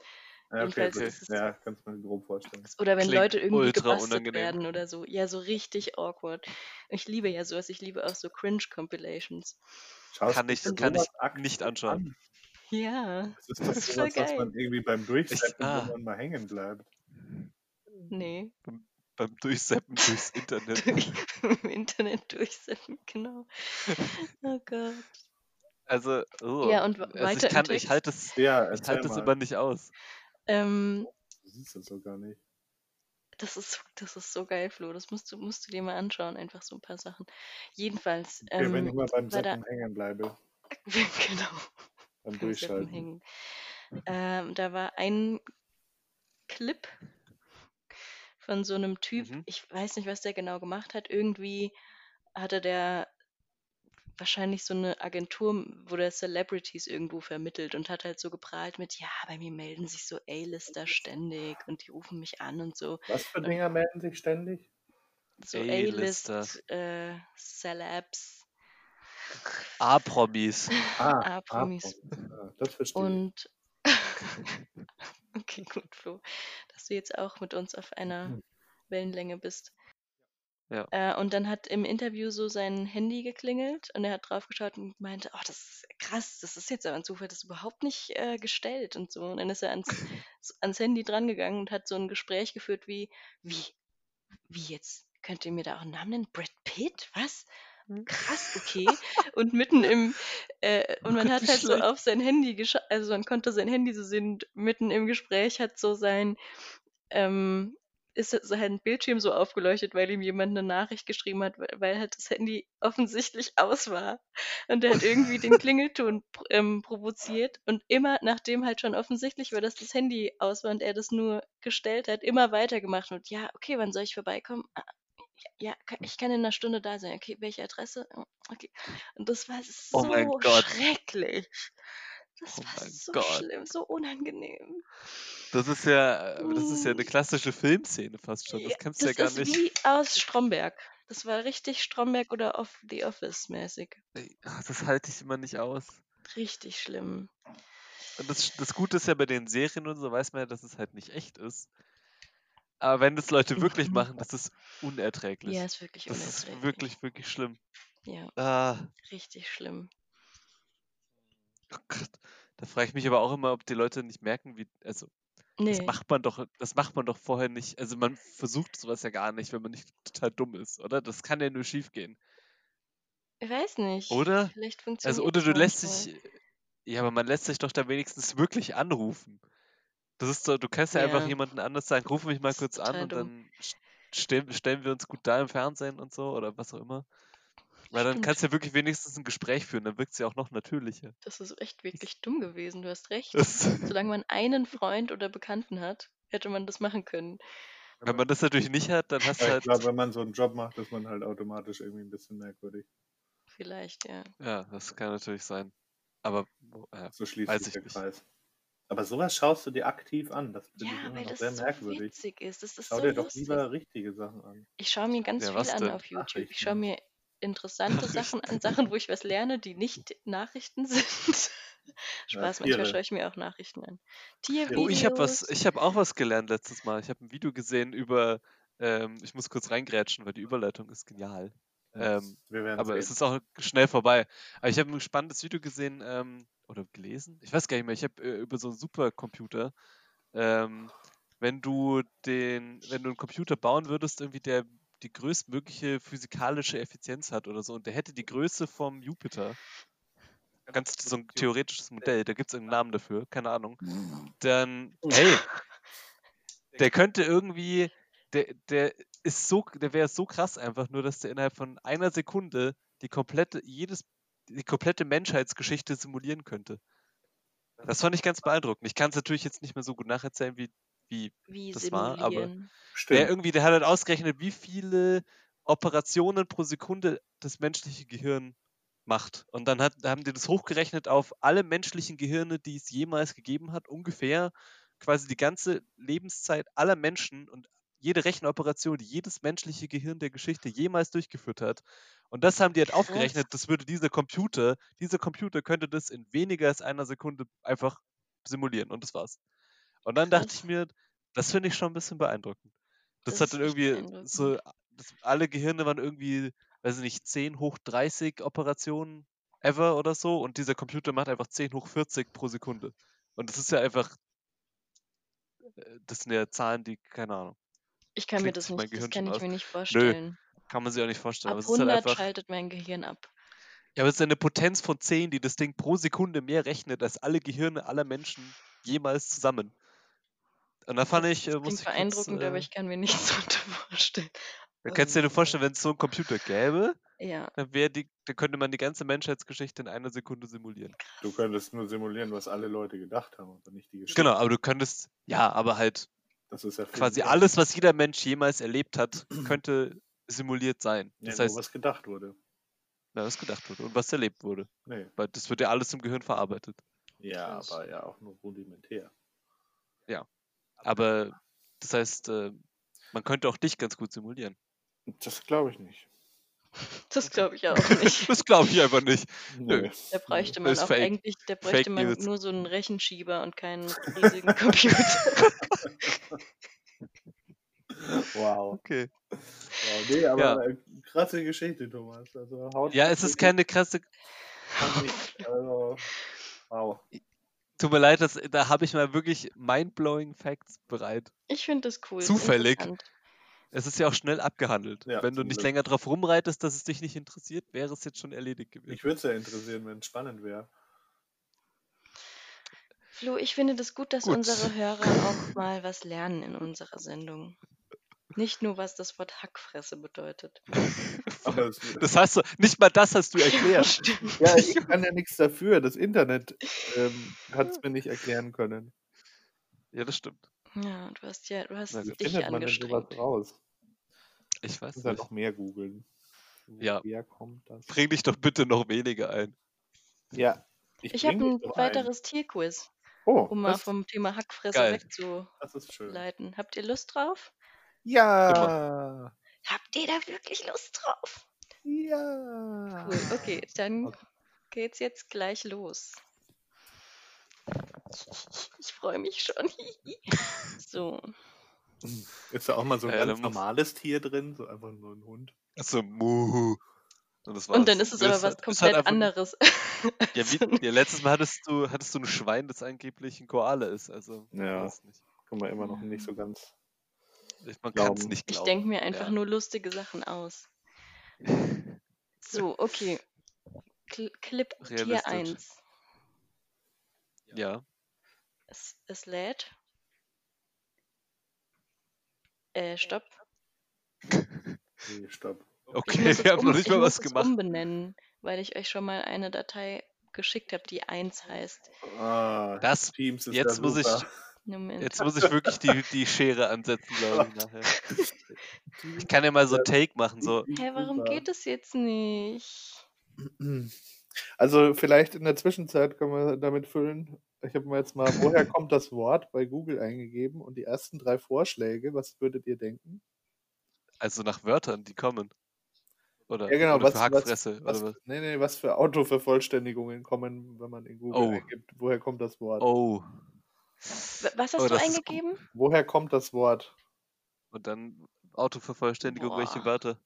Speaker 1: Ja, okay,
Speaker 2: jedenfalls
Speaker 1: okay.
Speaker 2: ist es-
Speaker 1: ja kannst du mir grob vorstellen.
Speaker 2: Oder wenn
Speaker 3: Klingt
Speaker 2: Leute irgendwie
Speaker 3: ultra
Speaker 2: gebastelt
Speaker 3: unangenehm.
Speaker 2: werden oder so. Ja, so richtig awkward. Ich liebe ja sowas. Ich liebe auch so Cringe-Compilations.
Speaker 1: Schaust
Speaker 3: Kann
Speaker 1: du
Speaker 3: ich,
Speaker 1: dir
Speaker 3: kann ich
Speaker 1: sowas aktiv
Speaker 3: nicht anschauen.
Speaker 1: an?
Speaker 2: Ja,
Speaker 1: Das ist doch
Speaker 2: ist
Speaker 1: sowas,
Speaker 2: voll
Speaker 1: was man irgendwie beim
Speaker 3: Ich-
Speaker 1: Durchsetzen,
Speaker 3: ah.
Speaker 1: wo man mal hängen bleibt.
Speaker 3: Mhm.
Speaker 2: nee. [LAUGHS]
Speaker 3: Beim Durchseppen durchs Internet.
Speaker 2: Durch, Im Internet durchsetzen,
Speaker 3: [LAUGHS]
Speaker 2: genau. Oh Gott.
Speaker 3: Also, oh.
Speaker 2: Ja, und wa-
Speaker 3: also
Speaker 2: weiter
Speaker 3: ich
Speaker 2: im
Speaker 3: kann,
Speaker 2: Text.
Speaker 3: ich halte es,
Speaker 1: Ja,
Speaker 3: ich
Speaker 1: erzähl
Speaker 3: halte es
Speaker 1: mal.
Speaker 3: immer nicht aus.
Speaker 2: Ähm,
Speaker 1: Du siehst das doch gar nicht.
Speaker 2: Das ist, so- das ist so geil, Flo. Das musst du, musst du dir mal anschauen, einfach so ein paar Sachen. Jedenfalls,
Speaker 1: Okay, wenn ich
Speaker 2: [LAUGHS] ähm,
Speaker 1: mal beim
Speaker 2: war da-
Speaker 1: Seppen hängen bleibe, beim
Speaker 2: genau, am Seppen
Speaker 1: Durchschalten.
Speaker 2: hängen. Ähm, da war ein Clip von so einem Typ,
Speaker 3: Mhm.
Speaker 2: ich weiß nicht, was der genau gemacht hat. Irgendwie hatte der wahrscheinlich so eine Agentur, wo der Celebrities irgendwo vermittelt und hat halt so geprahlt mit, ja, bei mir melden sich so A-Lister ständig und die rufen mich an und so.
Speaker 1: Was für Dinger melden sich ständig?
Speaker 2: so A-List,
Speaker 3: A-Lister.
Speaker 2: äh, Celebs,
Speaker 3: A-Promis.
Speaker 1: Ah,
Speaker 2: A-Promis.
Speaker 1: A-Promis. Ah, das verstehe ich.
Speaker 2: Und [LAUGHS] okay, gut, Flo, dass du jetzt auch mit uns auf einer Wellenlänge bist.
Speaker 3: Mhm. Ja.
Speaker 2: Äh, und dann hat im Interview so sein Handy geklingelt und er hat draufgeschaut und meinte, oh, das ist krass, das ist jetzt aber ein Zufall, das ist überhaupt nicht äh, gestellt und so. Und dann ist er
Speaker 3: [LAUGHS]
Speaker 2: ans, ans Handy drangegangen und hat so ein Gespräch geführt wie, wie, wie jetzt? Könnt ihr mir da auch einen Namen nennen? Brad Pitt? Was?
Speaker 3: Hm?
Speaker 2: Krass,
Speaker 3: [LAUGHS]
Speaker 2: okay. Und mitten im, äh, und man
Speaker 3: Oh Gott,
Speaker 2: hat
Speaker 3: wie
Speaker 2: halt so
Speaker 3: schlecht.
Speaker 2: auf sein Handy geschaut, also man konnte sein Handy so sehen, und mitten im Gespräch hat so sein, ähm, ist so halt ein Bildschirm so aufgeleuchtet, weil ihm jemand eine Nachricht geschrieben hat, weil, weil halt das Handy offensichtlich aus war. Und er hat irgendwie den Klingelton pr- ähm, provoziert und immer, nachdem halt schon offensichtlich war, dass das Handy aus war und er das nur gestellt hat, immer weitergemacht und ja, okay, wann soll ich vorbeikommen? Ah, Ja, ka- ich kann in einer Stunde da sein. Okay, welche Adresse? Oh, Okay. Und das war so
Speaker 3: Oh mein Gott.
Speaker 2: schrecklich. Das
Speaker 3: Oh
Speaker 2: war
Speaker 3: mein
Speaker 2: so
Speaker 3: Gott.
Speaker 2: schlimm, so unangenehm.
Speaker 3: Das ist ja, äh, das
Speaker 2: [LAUGHS]
Speaker 3: ist ja eine
Speaker 2: Mm.
Speaker 3: klassische Filmszene fast schon. Das
Speaker 2: Ja,
Speaker 3: kannst du
Speaker 2: das
Speaker 3: ja gar
Speaker 2: ist
Speaker 3: nicht.
Speaker 2: wie aus Stromberg. Das war richtig Stromberg oder Off The Office mäßig.
Speaker 3: Ey, ach, Das halte ich immer nicht aus.
Speaker 2: Richtig schlimm.
Speaker 3: Und das, das Gute ist ja bei den Serien und so weiß man ja, dass es halt nicht echt ist. Aber wenn das Leute wirklich
Speaker 2: Mhm.
Speaker 3: machen, das ist unerträglich.
Speaker 2: Ja, ist wirklich
Speaker 3: das
Speaker 2: unerträglich.
Speaker 3: ist wirklich, wirklich schlimm.
Speaker 2: Ja,
Speaker 3: Ah,
Speaker 2: richtig schlimm.
Speaker 3: oh Gott. Da frage ich mich aber auch immer, ob die Leute nicht merken, wie. Also,
Speaker 2: Nee.
Speaker 3: das macht man doch, das macht man doch vorher nicht. Also man versucht sowas ja gar nicht, wenn man nicht total dumm ist, oder? Das kann ja nur schief gehen.
Speaker 2: Ich weiß nicht.
Speaker 3: Oder?
Speaker 2: Vielleicht funktioniert
Speaker 3: Also, oder du
Speaker 2: manchmal.
Speaker 3: lässt dich. Ja, aber man lässt sich doch da wenigstens wirklich anrufen. Das ist so, du kannst ja, einfach
Speaker 2: Ja.
Speaker 3: jemanden anders sagen, ruf mich mal
Speaker 2: Das ist
Speaker 3: kurz an
Speaker 2: total
Speaker 3: und
Speaker 2: dumm.
Speaker 3: dann st- stellen, stellen wir uns gut da im Fernsehen und so oder was auch immer. Weil dann
Speaker 2: Stimmt.
Speaker 3: kannst du ja wirklich wenigstens ein Gespräch führen, dann wirkt es ja auch noch
Speaker 2: [LAUGHS]
Speaker 3: natürlicher.
Speaker 2: Das ist echt wirklich dumm gewesen. Du hast
Speaker 3: [LAUGHS]
Speaker 2: recht.
Speaker 3: Das,
Speaker 2: Solange man einen Freund oder Bekannten hat, hätte man das machen können.
Speaker 3: wenn man das natürlich nicht hat, dann hast du
Speaker 1: Ja, ich
Speaker 3: halt.
Speaker 1: glaube, wenn man so einen Job macht, ist man halt automatisch irgendwie ein bisschen merkwürdig.
Speaker 2: Vielleicht, ja.
Speaker 3: Ja, das kann natürlich sein. Aber wo- ja,
Speaker 1: So schließt
Speaker 3: Weiß
Speaker 1: sich
Speaker 3: ich
Speaker 1: der
Speaker 3: nicht.
Speaker 1: Kreis. Aber sowas schaust du dir aktiv an. Das finde ich
Speaker 2: Ja,
Speaker 1: immer
Speaker 2: weil
Speaker 1: noch
Speaker 2: das
Speaker 1: sehr
Speaker 2: so
Speaker 1: merkwürdig.
Speaker 2: witzig ist. Das ist
Speaker 1: Schau
Speaker 2: so
Speaker 1: dir doch
Speaker 2: lustig.
Speaker 1: lieber richtige Sachen an.
Speaker 2: Ich schaue mir ganz
Speaker 3: Ja, was
Speaker 2: viel an
Speaker 3: denn?
Speaker 2: auf YouTube. Ich
Speaker 1: Nachrichten.
Speaker 2: schaue mir
Speaker 3: [LAUGHS]
Speaker 2: interessante Sachen an, Sachen, wo ich was lerne, die nicht Nachrichten [LAUGHS] sind. Spaß, manchmal
Speaker 1: Tiere.
Speaker 2: schaue ich mir auch Nachrichten an. Tiervideos.
Speaker 3: oh, ich habe was, ich habe auch was gelernt letztes Mal. Ich habe ein Video gesehen über, ähm, ich muss kurz reingrätschen, weil die Überleitung ist genial. Ähm,
Speaker 1: wir werden
Speaker 3: Aber
Speaker 1: sehen.
Speaker 3: es ist auch schnell vorbei. Aber ich habe ein spannendes Video gesehen ähm, oder gelesen. Ich weiß gar nicht mehr. Ich habe äh, über so einen Supercomputer, ähm, wenn du den, wenn du einen Computer bauen würdest, irgendwie der die größtmögliche physikalische Effizienz hat oder so und der hätte die Größe vom Jupiter. Ganz so ein theoretisches Modell, da gibt es irgendeinen Namen dafür, keine Ahnung. Dann,
Speaker 1: Oh. [LAUGHS]
Speaker 3: hey, der könnte irgendwie, der, der ist so, der wäre so krass einfach, nur dass der innerhalb von einer Sekunde die komplette, jedes, die komplette Menschheitsgeschichte simulieren könnte. Das fand ich ganz beeindruckend. Ich kann es natürlich jetzt nicht mehr so gut nacherzählen, wie, wie
Speaker 2: Wie
Speaker 3: das war, aber-
Speaker 2: simulieren.
Speaker 3: der
Speaker 1: Stimmt.
Speaker 3: irgendwie, der hat halt ausgerechnet, wie viele Operationen pro Sekunde das menschliche Gehirn macht. Und dann hat, haben die das hochgerechnet auf alle menschlichen Gehirne, die es jemals gegeben hat, ungefähr quasi die ganze Lebenszeit aller Menschen und jede Rechenoperation, die jedes menschliche Gehirn der Geschichte jemals durchgeführt hat. Und das haben die halt
Speaker 2: Krass.
Speaker 3: aufgerechnet, das würde dieser Computer, dieser Computer könnte das in weniger als einer Sekunde einfach simulieren. Und das war's. Und dann dachte
Speaker 2: Krass.
Speaker 3: ich mir, das finde ich schon ein bisschen beeindruckend. Das,
Speaker 2: Das
Speaker 3: hat
Speaker 2: ist
Speaker 3: dann
Speaker 2: echt
Speaker 3: irgendwie
Speaker 2: beeindruckend.
Speaker 3: so, das, alle Gehirne waren irgendwie, weiß ich nicht, 10 hoch 30 Operationen ever oder so und dieser Computer macht einfach 10 hoch 40 pro Sekunde. Und das ist ja einfach, äh, das sind ja Zahlen, die, keine Ahnung,
Speaker 2: Ich kann mir
Speaker 3: klingt
Speaker 2: das
Speaker 3: sich mein
Speaker 2: nicht, das
Speaker 3: Gehirn
Speaker 2: kann
Speaker 3: schon
Speaker 2: ich
Speaker 3: aus.
Speaker 2: mir nicht vorstellen.
Speaker 3: kann man sich auch nicht vorstellen.
Speaker 2: Ab
Speaker 3: Aber es ist halt
Speaker 2: 100
Speaker 3: einfach,
Speaker 2: schaltet mein Gehirn ab.
Speaker 3: ja, aber es ist eine Potenz von 10, die das Ding pro Sekunde mehr rechnet, als alle Gehirne aller Menschen jemals zusammen. Und da fand
Speaker 2: Das-
Speaker 3: ich,
Speaker 2: das
Speaker 3: äh, muss
Speaker 2: klingt
Speaker 3: ich kurz,
Speaker 2: beeindruckend, aber
Speaker 3: äh,
Speaker 2: ich ähm, kann mir [LAUGHS] nichts darunter vorstellen.
Speaker 3: da kannst du dir nur vorstellen, wenn es so einen Computer gäbe,
Speaker 2: Ja,
Speaker 3: Dann, wär die, dann könnte man die ganze Menschheitsgeschichte in einer Sekunde simulieren.
Speaker 1: Du könntest nur simulieren, was alle Leute gedacht haben, aber nicht die Geschichte.
Speaker 3: Genau, aber du könntest, ja, aber halt
Speaker 1: Das ist ja viel
Speaker 3: quasi
Speaker 1: mehr.
Speaker 3: alles, was jeder Mensch jemals
Speaker 1: [CLEARS THROAT]
Speaker 3: erlebt hat, könnte simuliert sein.
Speaker 1: Ja,
Speaker 3: Das
Speaker 1: nur
Speaker 3: heißt,
Speaker 1: was gedacht wurde.
Speaker 3: na, was gedacht wurde und was erlebt wurde.
Speaker 1: Nee.
Speaker 3: Weil das wird ja alles im Gehirn verarbeitet.
Speaker 1: Ja,
Speaker 2: Krass.
Speaker 1: aber ja auch nur rudimentär.
Speaker 3: Aber das heißt, äh, man könnte auch dich ganz gut
Speaker 1: [LAUGHS]
Speaker 3: simulieren.
Speaker 1: Das glaube ich nicht.
Speaker 2: das glaube ich auch nicht.
Speaker 3: [LAUGHS] Das glaube ich einfach nicht.
Speaker 1: Nö.
Speaker 2: Da bräuchte man
Speaker 3: Ist
Speaker 2: auch
Speaker 3: fake.
Speaker 2: eigentlich, da bräuchte
Speaker 3: Fake
Speaker 2: man
Speaker 3: News.
Speaker 2: nur so einen Rechenschieber und
Speaker 3: [LAUGHS]
Speaker 2: keinen riesigen Computer.
Speaker 1: Wow.
Speaker 3: Okay.
Speaker 1: wow Nee, aber
Speaker 3: Ja.
Speaker 1: äh, krasse Geschichte, Thomas. Also, haut
Speaker 3: Ja, es ist keine krasse.
Speaker 1: Kann nicht. [LAUGHS] Also, wow.
Speaker 3: Tut mir leid, das, da habe ich mal wirklich mindblowing Facts bereit.
Speaker 2: Ich finde das cool.
Speaker 3: Zufällig.
Speaker 2: interessant.
Speaker 3: Es ist ja auch schnell abgehandelt.
Speaker 1: Ja,
Speaker 3: Wenn du
Speaker 1: zum
Speaker 3: nicht
Speaker 1: Glück.
Speaker 3: länger drauf rumreitest, dass es dich nicht interessiert, wäre es jetzt schon erledigt gewesen.
Speaker 1: Mich würde es ja interessieren, wenn es spannend wäre.
Speaker 2: Flo, ich finde das gut, dass
Speaker 3: Gut.
Speaker 2: unsere Hörer auch mal was lernen in unserer Sendung. Nicht nur, was das Wort Hackfresse bedeutet.
Speaker 1: Aber es,
Speaker 3: [LAUGHS] Das hast du, nicht mal das hast du erklärt.
Speaker 2: stimmt.
Speaker 1: ja, ich kann ja nichts dafür. Das Internet ähm, hat es mir nicht erklären können.
Speaker 3: ja, das stimmt.
Speaker 2: Ja, du hast ja, du hast
Speaker 3: Na, wie
Speaker 1: Wie
Speaker 2: dich
Speaker 1: findet
Speaker 2: hier
Speaker 1: man denn sowas
Speaker 2: angestrengt.
Speaker 1: raus?
Speaker 3: Ich weiß
Speaker 1: Muss ja
Speaker 3: nicht.
Speaker 1: noch mehr googeln.
Speaker 3: Ja.
Speaker 1: Woher kommt das?
Speaker 3: Bring dich doch bitte noch weniger ein.
Speaker 1: Ja.
Speaker 2: Ich habe
Speaker 1: bring
Speaker 2: ein
Speaker 1: dich doch
Speaker 2: weiteres Tierquiz,
Speaker 1: Ein. Oh,
Speaker 2: um mal
Speaker 1: das,
Speaker 2: vom Thema Hackfresse
Speaker 3: Geil.
Speaker 2: wegzuleiten.
Speaker 1: das ist schön.
Speaker 2: Habt ihr Lust drauf?
Speaker 1: Ja.
Speaker 2: Habt ihr da wirklich Lust drauf?
Speaker 1: Ja.
Speaker 2: Cool.
Speaker 3: [LAUGHS]
Speaker 2: Okay, dann
Speaker 1: Okay.
Speaker 2: geht's jetzt gleich los. Ich freue mich schon. [LAUGHS] So,
Speaker 1: Ist da auch mal so ein
Speaker 3: Ja,
Speaker 1: ganz
Speaker 3: dann muss-
Speaker 1: normales Tier drin? So einfach nur ein Hund?
Speaker 3: Also, muhu. Und, das war's.
Speaker 2: und dann ist es aber was
Speaker 3: halt- ist
Speaker 2: komplett
Speaker 3: halt einfach-
Speaker 2: anderes.
Speaker 3: Ja,
Speaker 2: [LAUGHS] So eine-
Speaker 3: wie, ja, letztes Mal hattest du, hattest du ein Schwein, das angeblich ein Koala ist. Also, ich
Speaker 1: Ja.
Speaker 3: weiß nicht.
Speaker 1: Kann man immer noch nicht so ganz.
Speaker 3: Ich, man kann es
Speaker 1: Glauben.
Speaker 3: nicht
Speaker 2: Ich
Speaker 3: glauben.
Speaker 2: denke mir einfach
Speaker 3: Ja.
Speaker 2: nur lustige Sachen aus. So, okay. Cl Clip Tier
Speaker 3: Realistisch.
Speaker 2: 1.
Speaker 3: [LAUGHS] Ja.
Speaker 2: Es, es lädt. Äh, stopp.
Speaker 1: Nee, stopp.
Speaker 2: Ich
Speaker 3: Okay, [LAUGHS]
Speaker 2: muss es
Speaker 3: wir haben
Speaker 2: um-
Speaker 3: noch nicht
Speaker 2: ich
Speaker 3: mal
Speaker 2: muss
Speaker 3: was
Speaker 2: es
Speaker 3: gemacht.
Speaker 2: umbenennen, weil ich euch schon mal eine Datei geschickt habe, die 1 heißt.
Speaker 1: Ah,
Speaker 3: Das,
Speaker 1: Teams ist
Speaker 3: jetzt
Speaker 1: da
Speaker 3: muss ich-
Speaker 1: super.
Speaker 2: Moment.
Speaker 3: jetzt muss ich wirklich die, die Schere ansetzen, glaube ich, nachher. [LAUGHS] Ich kann ja mal so ein Take machen, so.
Speaker 2: Hä, warum geht es jetzt nicht?
Speaker 1: [CLEARS THROAT] Also vielleicht in der Zwischenzeit können wir damit füllen. Ich habe mir jetzt
Speaker 3: [LAUGHS]
Speaker 1: mal, woher kommt das Wort bei Google eingegeben und die ersten drei Vorschläge, was würdet ihr denken?
Speaker 3: Also nach Wörtern, die kommen. Oder,
Speaker 1: Ja, genau,
Speaker 3: oder
Speaker 1: was-
Speaker 3: für
Speaker 1: was-
Speaker 3: Hackfresse.
Speaker 1: Was,
Speaker 3: oder was.
Speaker 1: nee, nee, was für Autovervollständigungen kommen, wenn man in Google
Speaker 3: Oh.
Speaker 1: eingibt, woher kommt das Wort?
Speaker 3: Oh.
Speaker 2: W- Was hast
Speaker 3: Oh,
Speaker 2: du
Speaker 3: das ist gut.
Speaker 2: eingegeben?
Speaker 1: Woher kommt das Wort?
Speaker 3: Und dann Autovervollständigung, welche
Speaker 2: Boah.
Speaker 3: Wörter.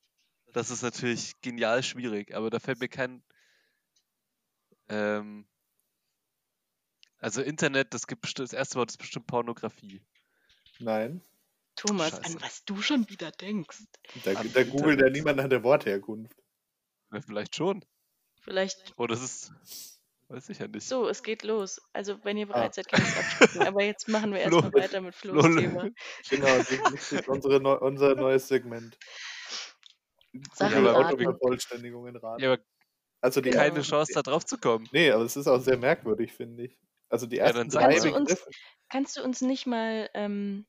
Speaker 3: Das ist natürlich genial schwierig, aber da fällt mir kein. Ähm, also Internet, das gibt bestimmt, das erste Wort ist bestimmt Pornografie.
Speaker 1: Nein.
Speaker 2: Thomas,
Speaker 3: Scheiße.
Speaker 2: an was du schon wieder denkst.
Speaker 1: Da,
Speaker 3: Am
Speaker 1: da googelt ja
Speaker 3: Internet.
Speaker 1: niemand nach der Wortherkunft.
Speaker 3: Ja, vielleicht schon.
Speaker 2: Vielleicht
Speaker 3: Oder es ist. Weiß ich ja nicht.
Speaker 2: So, es geht los. Also, wenn ihr
Speaker 1: Ah.
Speaker 2: bereit seid, kann ich es abschicken.
Speaker 3: [LAUGHS]
Speaker 2: Aber jetzt machen wir
Speaker 3: Flo-
Speaker 2: erstmal weiter mit Flo's
Speaker 3: Flo- [LAUGHS]
Speaker 2: Thema.
Speaker 1: Genau, das ist unsere, neu- unser neues Segment.
Speaker 2: Sachen
Speaker 1: Google
Speaker 2: raten.
Speaker 1: Autovervollständigungen raten.
Speaker 3: Ja, aber
Speaker 1: Also die
Speaker 2: Genau.
Speaker 3: keine Chance, da drauf zu kommen.
Speaker 1: Nee, aber es ist auch sehr merkwürdig, finde ich. Also die
Speaker 3: Ja,
Speaker 1: ersten
Speaker 3: dann
Speaker 1: drei
Speaker 2: sag mal.
Speaker 1: Begriffe.
Speaker 2: Kannst du uns nicht mal ähm,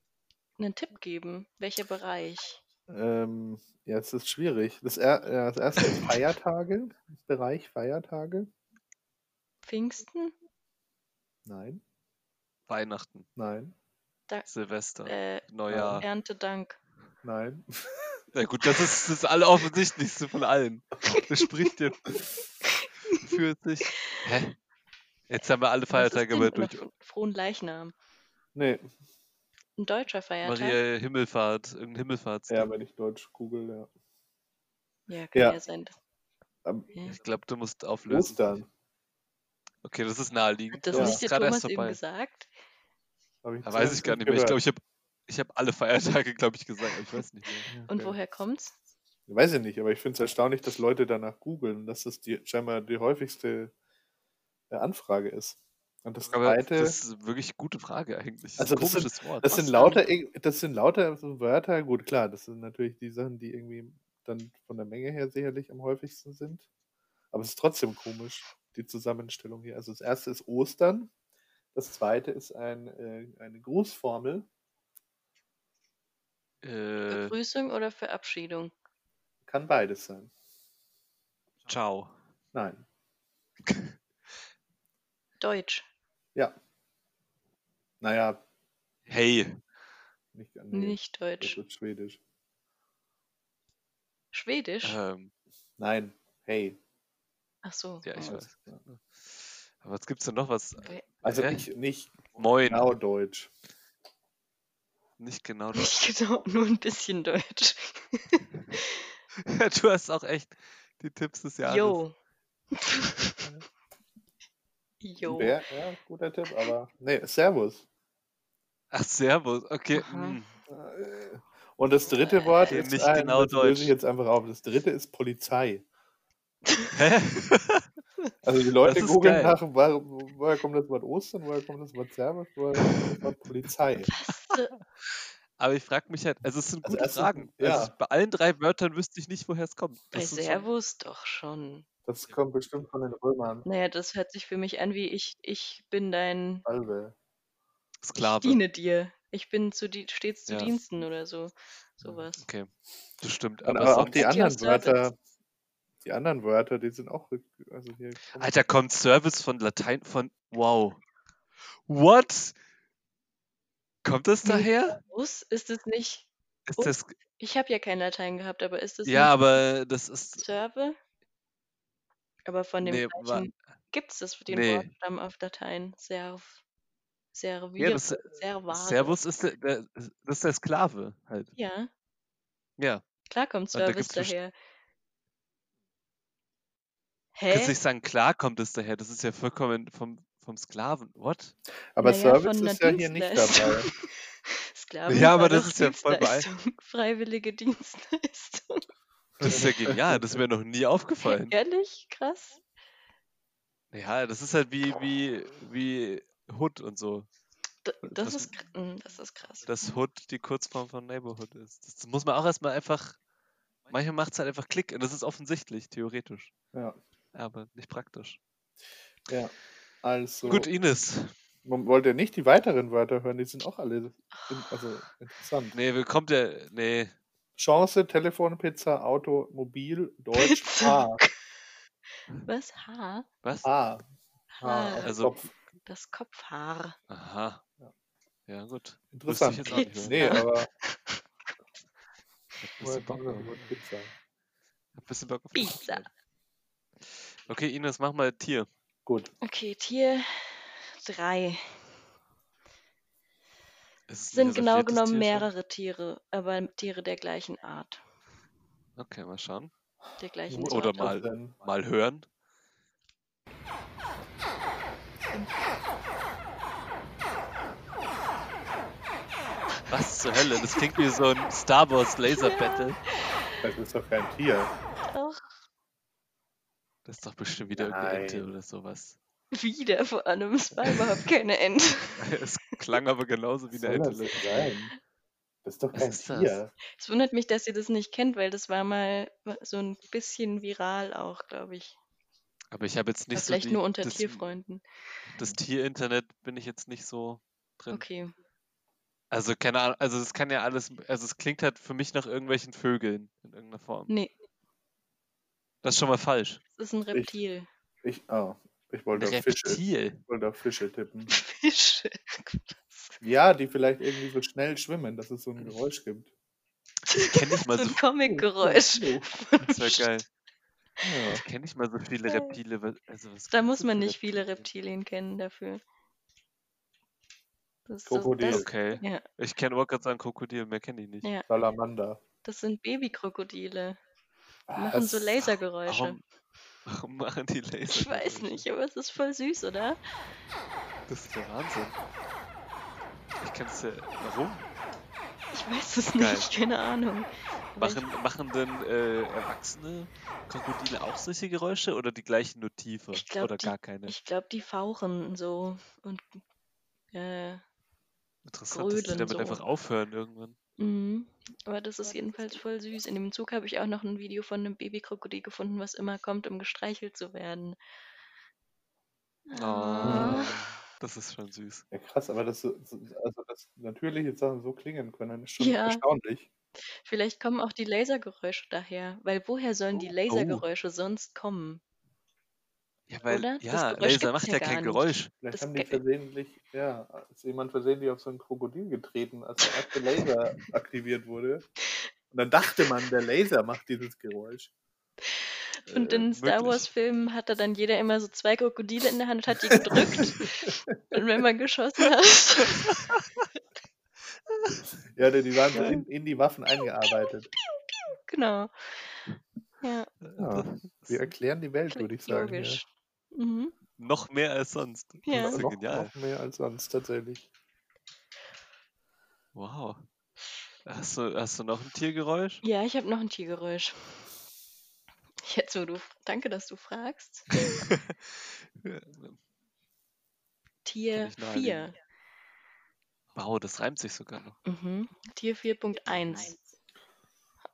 Speaker 2: einen Tipp geben? Welcher Bereich?
Speaker 1: Ähm, ja, es ist schwierig. Das, er, ja, das erste ist Feiertage. [LAUGHS] Bereich Feiertage.
Speaker 2: Pfingsten?
Speaker 1: Nein,
Speaker 3: Weihnachten,
Speaker 1: nein,
Speaker 3: Silvester,
Speaker 2: Äh,
Speaker 3: Neujahr.
Speaker 2: Erntedank.
Speaker 1: nein. [LAUGHS]
Speaker 3: Na gut, das ist das Alleroffensichtlichste von allen. Das
Speaker 2: [LAUGHS]
Speaker 3: spricht ja für sich. Hä? Jetzt haben wir alle
Speaker 2: Was ist
Speaker 3: Feiertage
Speaker 2: denn-
Speaker 3: aber
Speaker 2: oder
Speaker 3: durch.
Speaker 2: Fro- Frohen Leichnam.
Speaker 1: Nee,
Speaker 2: Ein deutscher Feiertag?
Speaker 3: Maria Himmelfahrt, irgendein Himmelfahrts.
Speaker 1: ja, wenn ich Deutsch google, ja.
Speaker 2: Ja, kann
Speaker 1: Ja.
Speaker 2: ja, sein. dass-
Speaker 1: Am
Speaker 2: Ja.
Speaker 3: Ich glaube, du musst auflösen.
Speaker 1: Ostern.
Speaker 3: Okay, das ist naheliegend.
Speaker 2: Hat das
Speaker 1: Ja.
Speaker 2: nicht der
Speaker 3: gerade
Speaker 2: Thomas eben gesagt?
Speaker 1: Hab
Speaker 3: Da weiß ich gar nicht mehr. Ich glaube, ich habe ich hab alle Feiertage, glaube ich, gesagt. aber Ich weiß nicht mehr.
Speaker 1: ich.
Speaker 2: Und woher kommt's?
Speaker 1: Weiß ich nicht, aber ich finde es erstaunlich, dass Leute danach googeln, dass das die, scheinbar die häufigste äh, Anfrage ist. Und das
Speaker 3: Aber
Speaker 1: zweite.
Speaker 3: das ist wirklich gute Frage eigentlich. Das
Speaker 1: Also
Speaker 3: ist ein
Speaker 1: das sind-
Speaker 3: komisches Wort.
Speaker 1: Das sind
Speaker 2: Ostern.
Speaker 1: lauter, irg- das sind lauter so Wörter, gut, klar, das sind natürlich die Sachen, die irgendwie dann von der Menge her sicherlich am häufigsten sind. Aber es ist trotzdem komisch, die Zusammenstellung hier. Also das erste ist Ostern, das zweite ist ein, äh, eine Grußformel.
Speaker 3: äh,
Speaker 2: Begrüßung oder Verabschiedung?
Speaker 1: Kann beides sein.
Speaker 3: ciao.
Speaker 1: Nein.
Speaker 2: Deutsch.
Speaker 1: Naja,
Speaker 3: Hey.
Speaker 1: nicht, äh, nee,
Speaker 2: Nicht
Speaker 1: Das
Speaker 2: Deutsch.
Speaker 1: ist Schwedisch.
Speaker 2: Schwedisch?
Speaker 3: Ähm,
Speaker 1: Nein. Hey.
Speaker 2: Ach so.
Speaker 3: ja, ich
Speaker 2: oh.
Speaker 3: weiß. Aber was gibt's denn noch? Was?
Speaker 2: Weil-
Speaker 1: Also
Speaker 3: Hä?
Speaker 1: nicht, nicht
Speaker 3: Moin.
Speaker 1: genau Deutsch.
Speaker 3: Nicht genau [LAUGHS]
Speaker 2: [LAUGHS]
Speaker 3: das.
Speaker 2: Nicht genau, nur ein bisschen Deutsch.
Speaker 3: du hast auch echt die Tipps des Jahres.
Speaker 2: Yo. [LAUGHS] Yo.
Speaker 1: Bär, ja, guter Tipp, aber. Nee, Servus.
Speaker 3: Ach, Servus. Okay.
Speaker 2: Aha.
Speaker 3: mm.
Speaker 1: Äh, Und das dritte
Speaker 3: [LAUGHS]
Speaker 1: Wort
Speaker 3: Äh,
Speaker 1: ist
Speaker 3: nicht
Speaker 1: ein,
Speaker 3: genau
Speaker 1: das löse
Speaker 3: Deutsch.
Speaker 1: ich jetzt einfach auf. Das dritte ist Polizei.
Speaker 3: Hä?
Speaker 1: Also die Leute
Speaker 3: ist
Speaker 1: googeln
Speaker 3: geil.
Speaker 1: nach, woher, woher kommt das Wort Ostern, woher kommt das Wort Servus, woher kommt das Wort Polizei.
Speaker 3: [LAUGHS] Aber ich frage mich halt, also es sind
Speaker 1: Also
Speaker 3: gute
Speaker 1: erst-
Speaker 3: Fragen.
Speaker 1: ja.
Speaker 3: Also ich, bei allen drei Wörtern wüsste ich nicht, woher es kommt.
Speaker 2: Bei
Speaker 3: Das ist schon-
Speaker 2: Servus doch schon.
Speaker 1: Das kommt bestimmt von den Römern.
Speaker 2: Naja, das hört sich für mich an wie ich, ich bin dein,
Speaker 1: Salve.
Speaker 3: Sklave.
Speaker 2: ich diene dir. Ich bin zu di stets zu
Speaker 3: Ja.
Speaker 2: Diensten oder so. Sowas.
Speaker 3: Okay, das stimmt.
Speaker 1: Und
Speaker 3: Aber,
Speaker 1: aber auch
Speaker 3: sonst,
Speaker 1: die
Speaker 2: Hat die
Speaker 1: anderen
Speaker 2: auch
Speaker 1: Wörter, die anderen Wörter, die sind auch rück- also hier kommt-
Speaker 3: Alter, kommt Service von Latein von. Wow. What? Kommt das
Speaker 2: Nee.
Speaker 3: daher?
Speaker 2: Servus, ist es nicht.
Speaker 3: Ist
Speaker 2: Oh.
Speaker 3: das,
Speaker 2: Ich habe ja kein Latein gehabt, aber ist es
Speaker 3: ja,
Speaker 2: nicht
Speaker 3: aber das ist.
Speaker 2: Serve? Aber von dem
Speaker 3: Nee, wa-
Speaker 2: gleichen gibt es das den
Speaker 3: Nee.
Speaker 2: Wortstamm auf Latein. Serv. Serviere.
Speaker 3: Ja, das,
Speaker 2: servare.
Speaker 3: Servus ist der, der, das ist der Sklave halt.
Speaker 2: Ja,
Speaker 3: Ja.
Speaker 2: klar kommt
Speaker 3: Und da
Speaker 2: Service
Speaker 3: gibt's best-
Speaker 2: daher.
Speaker 3: Kannst
Speaker 2: Hä?
Speaker 3: nicht sagen, klar kommt es daher. Das ist ja vollkommen vom, vom Sklaven. What?
Speaker 1: aber
Speaker 2: Naja,
Speaker 1: Service
Speaker 2: von
Speaker 1: ist ja
Speaker 2: einer
Speaker 1: hier nicht
Speaker 2: Dienstleistung.
Speaker 3: [LAUGHS]
Speaker 1: dabei.
Speaker 2: [LAUGHS] Sklaven
Speaker 3: Ja,
Speaker 2: war
Speaker 3: aber das
Speaker 2: doch
Speaker 3: ist ja voll bei-
Speaker 2: Dienstleistung. [LAUGHS] Freiwillige Dienstleistung.
Speaker 3: Das ist ja genial. Das ist mir noch nie
Speaker 2: [LAUGHS]
Speaker 3: aufgefallen.
Speaker 2: Ehrlich? Krass.
Speaker 3: Ja, das ist halt wie, wie, wie Hood und so.
Speaker 2: D das,
Speaker 3: Das-
Speaker 2: ist, kr- mm, das ist krass.
Speaker 3: dass Hood die Kurzform von Neighborhood ist. Das muss man auch erstmal einfach. Manchmal macht es halt einfach Klick und das ist offensichtlich, theoretisch.
Speaker 1: Ja.
Speaker 3: Aber nicht praktisch.
Speaker 1: Also,
Speaker 3: Gut, Ines.
Speaker 1: man wollte nicht die weiteren Wörter hören, die sind auch alle in, also interessant.
Speaker 3: Nee, willkommen der. Nee.
Speaker 1: Chance, Telefon, Pizza, Auto, Mobil, Deutsch,
Speaker 2: [LAUGHS] Pizza.
Speaker 1: H.
Speaker 2: Was? Haar?
Speaker 3: Was?
Speaker 1: H. H.
Speaker 2: Haar.
Speaker 1: auf
Speaker 3: also-
Speaker 1: Kopf.
Speaker 2: Das Kopfhaar.
Speaker 3: Aha.
Speaker 1: Ja.
Speaker 3: Ja, gut. Wüsste
Speaker 1: Interessant.
Speaker 3: ich jetzt auch nicht ne? mehr.
Speaker 1: Nee, aber
Speaker 3: Hab
Speaker 1: woher
Speaker 3: bisschen Bock
Speaker 1: kommt das
Speaker 3: auf,
Speaker 1: Wort Pizza?
Speaker 3: hab bisschen Bock auf
Speaker 2: Pizza.
Speaker 3: Fußball. Okay, Ines, mach mal Tier.
Speaker 1: Gut.
Speaker 2: Okay, Tier 3.
Speaker 3: Es ist
Speaker 2: Sind
Speaker 3: nicht unser
Speaker 2: genau
Speaker 3: viertes
Speaker 2: genommen
Speaker 3: Tier schon.
Speaker 2: mehrere Tiere, aber Tiere der gleichen Art.
Speaker 3: Okay, mal schauen.
Speaker 2: Der gleichen
Speaker 3: Oder
Speaker 2: Sorte.
Speaker 3: mal-
Speaker 1: Denn,
Speaker 3: Mal hören. Was zur Hölle? Das klingt wie so ein Star Wars Laser Battle.
Speaker 1: das ist doch kein Tier.
Speaker 2: Ach,
Speaker 3: Das ist doch bestimmt wieder irgendeine Ente
Speaker 1: Nein.
Speaker 3: oder sowas.
Speaker 2: [LAUGHS] wieder vor allem. Es [LAUGHS] war überhaupt keine Ente.
Speaker 3: Es klang aber genauso wie
Speaker 1: Was
Speaker 3: eine
Speaker 1: soll das
Speaker 3: Ente.
Speaker 1: denn sein? Das ist doch
Speaker 3: Was
Speaker 1: kein
Speaker 3: ist das?
Speaker 1: Tier.
Speaker 2: Es wundert mich, dass ihr das nicht kennt, weil das war mal so ein bisschen viral auch, glaube ich.
Speaker 3: Aber ich habe jetzt
Speaker 2: Oder
Speaker 3: nicht so
Speaker 2: vielleicht
Speaker 3: die,
Speaker 2: nur unter
Speaker 3: das,
Speaker 2: Tierfreunden.
Speaker 3: Das Tierinternet bin ich jetzt nicht so drin.
Speaker 2: Okay.
Speaker 3: Also keine Ahnung, also es kann ja alles, also es klingt halt für mich nach irgendwelchen Vögeln in irgendeiner Form.
Speaker 2: Nee,
Speaker 3: Das ist schon mal falsch.
Speaker 2: es ist ein Reptil.
Speaker 1: Ich, ah, ich wollte auf Fische,
Speaker 3: Reptil.
Speaker 1: ich wollte auf Fische tippen.
Speaker 2: Fische.
Speaker 1: Ja, die vielleicht irgendwie so schnell schwimmen, dass es so ein Geräusch gibt.
Speaker 3: Kenne ich mal
Speaker 2: [LAUGHS] So
Speaker 3: so
Speaker 2: ein Comic-Geräusch.
Speaker 3: Das wäre geil.
Speaker 1: Ja.
Speaker 3: Ich kenne nicht mal so viele
Speaker 2: Geil.
Speaker 3: Reptile. wa- Also, was
Speaker 2: Da
Speaker 3: gibt's
Speaker 2: muss
Speaker 3: denn
Speaker 2: man
Speaker 3: für
Speaker 2: nicht viele
Speaker 3: Reptilien?
Speaker 2: Reptilien kennen dafür. Das, das,
Speaker 1: Krokodil.
Speaker 2: das,
Speaker 3: Okay.
Speaker 2: Ja.
Speaker 3: Ich kenne auch gerade sagen Krokodil, mehr kenne ich nicht.
Speaker 2: Ja.
Speaker 1: [LAUGHS] Salamander.
Speaker 2: das sind Babykrokodile. Die
Speaker 1: Ah,
Speaker 2: machen so
Speaker 1: es-
Speaker 2: Lasergeräusche.
Speaker 3: Warum, warum machen die Laser?
Speaker 2: Ich weiß nicht, aber es ist voll süß, oder?
Speaker 3: Das ist der Wahnsinn. Ich kann es ja. Warum?
Speaker 2: Ich weiß es
Speaker 3: Geil.
Speaker 2: nicht, keine Ahnung. Aber ich-
Speaker 3: Machen, machen denn äh, erwachsene Krokodile auch solche Geräusche oder die gleichen nur tiefer?
Speaker 2: Ich glaub,
Speaker 3: oder
Speaker 2: die-
Speaker 3: gar keine?
Speaker 2: Ich glaube, die fauchen so und äh,
Speaker 3: Interessant, dass die
Speaker 2: grölen
Speaker 3: damit
Speaker 2: so.
Speaker 3: einfach aufhören irgendwann.
Speaker 2: mhm. aber das ist jedenfalls voll süß. In dem Zug habe ich auch noch ein Video von einem Babykrokodil gefunden, was immer kommt, um gestreichelt zu werden.
Speaker 3: Oh,
Speaker 2: Ah.
Speaker 3: das ist schon süß.
Speaker 1: Ja, krass, aber dass, so- so- also, dass natürliche Sachen so klingen können, ist schon
Speaker 2: Ja.
Speaker 1: erstaunlich.
Speaker 2: Vielleicht kommen auch die Lasergeräusche daher, weil woher sollen
Speaker 1: Oh,
Speaker 2: die Lasergeräusche sonst kommen?
Speaker 3: Ja, weil
Speaker 2: Oder? Das
Speaker 3: ja,
Speaker 2: Geräusch
Speaker 3: Laser
Speaker 2: gibt's
Speaker 3: macht
Speaker 2: ja
Speaker 3: ja
Speaker 2: gar
Speaker 3: kein
Speaker 2: nicht.
Speaker 3: Geräusch.
Speaker 1: Vielleicht
Speaker 2: Das
Speaker 1: haben die
Speaker 2: ge-
Speaker 1: versehentlich, ja, ist jemand versehentlich auf so ein Krokodil getreten, als der erste
Speaker 2: [LAUGHS]
Speaker 1: Laser aktiviert wurde. Und dann dachte man, der Laser macht dieses Geräusch.
Speaker 2: Und
Speaker 3: Äh,
Speaker 2: in Star
Speaker 3: möglich.
Speaker 2: Wars-Filmen hatte dann jeder immer so zwei Krokodile in der Hand und hat die
Speaker 1: [LAUGHS]
Speaker 2: gedrückt. und wenn man geschossen hat,
Speaker 1: Ja, die, die waren so in, in die Waffen eingearbeitet.
Speaker 2: [LAUGHS] Genau. Ja,
Speaker 1: Ja, Also, wir erklären die Welt, würde ich
Speaker 2: klingt
Speaker 1: sagen.
Speaker 2: logisch. Mhm.
Speaker 3: [LAUGHS] Noch mehr als sonst.
Speaker 1: Ja.
Speaker 2: Ja.
Speaker 3: Das ist ja
Speaker 1: Noch,
Speaker 3: genial.
Speaker 1: noch mehr als sonst, tatsächlich.
Speaker 3: Wow. Hast du, hast du noch ein Tiergeräusch?
Speaker 2: ja, ich habe noch ein Tiergeräusch. Jetzt, wo du. Danke, dass du fragst. Tier
Speaker 3: ich nahelegen.
Speaker 2: 4.
Speaker 3: wow, das reimt sich sogar noch.
Speaker 2: Mhm. Tier 4.1.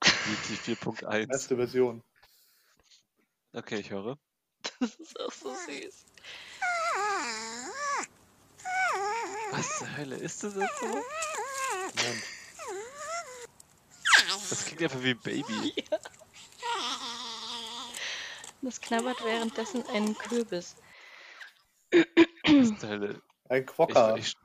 Speaker 3: Unity 4.1.
Speaker 1: Erste Version.
Speaker 3: Okay, ich höre.
Speaker 2: Das ist auch so süß.
Speaker 3: Was zur Hölle ist das jetzt so?
Speaker 1: Moment.
Speaker 3: Das klingt einfach wie ein Baby.
Speaker 2: Das knabbert währenddessen einen Kürbis.
Speaker 3: Was zur Hölle?
Speaker 1: Ein
Speaker 3: Ich,
Speaker 1: Quokka. [LAUGHS]
Speaker 3: ich,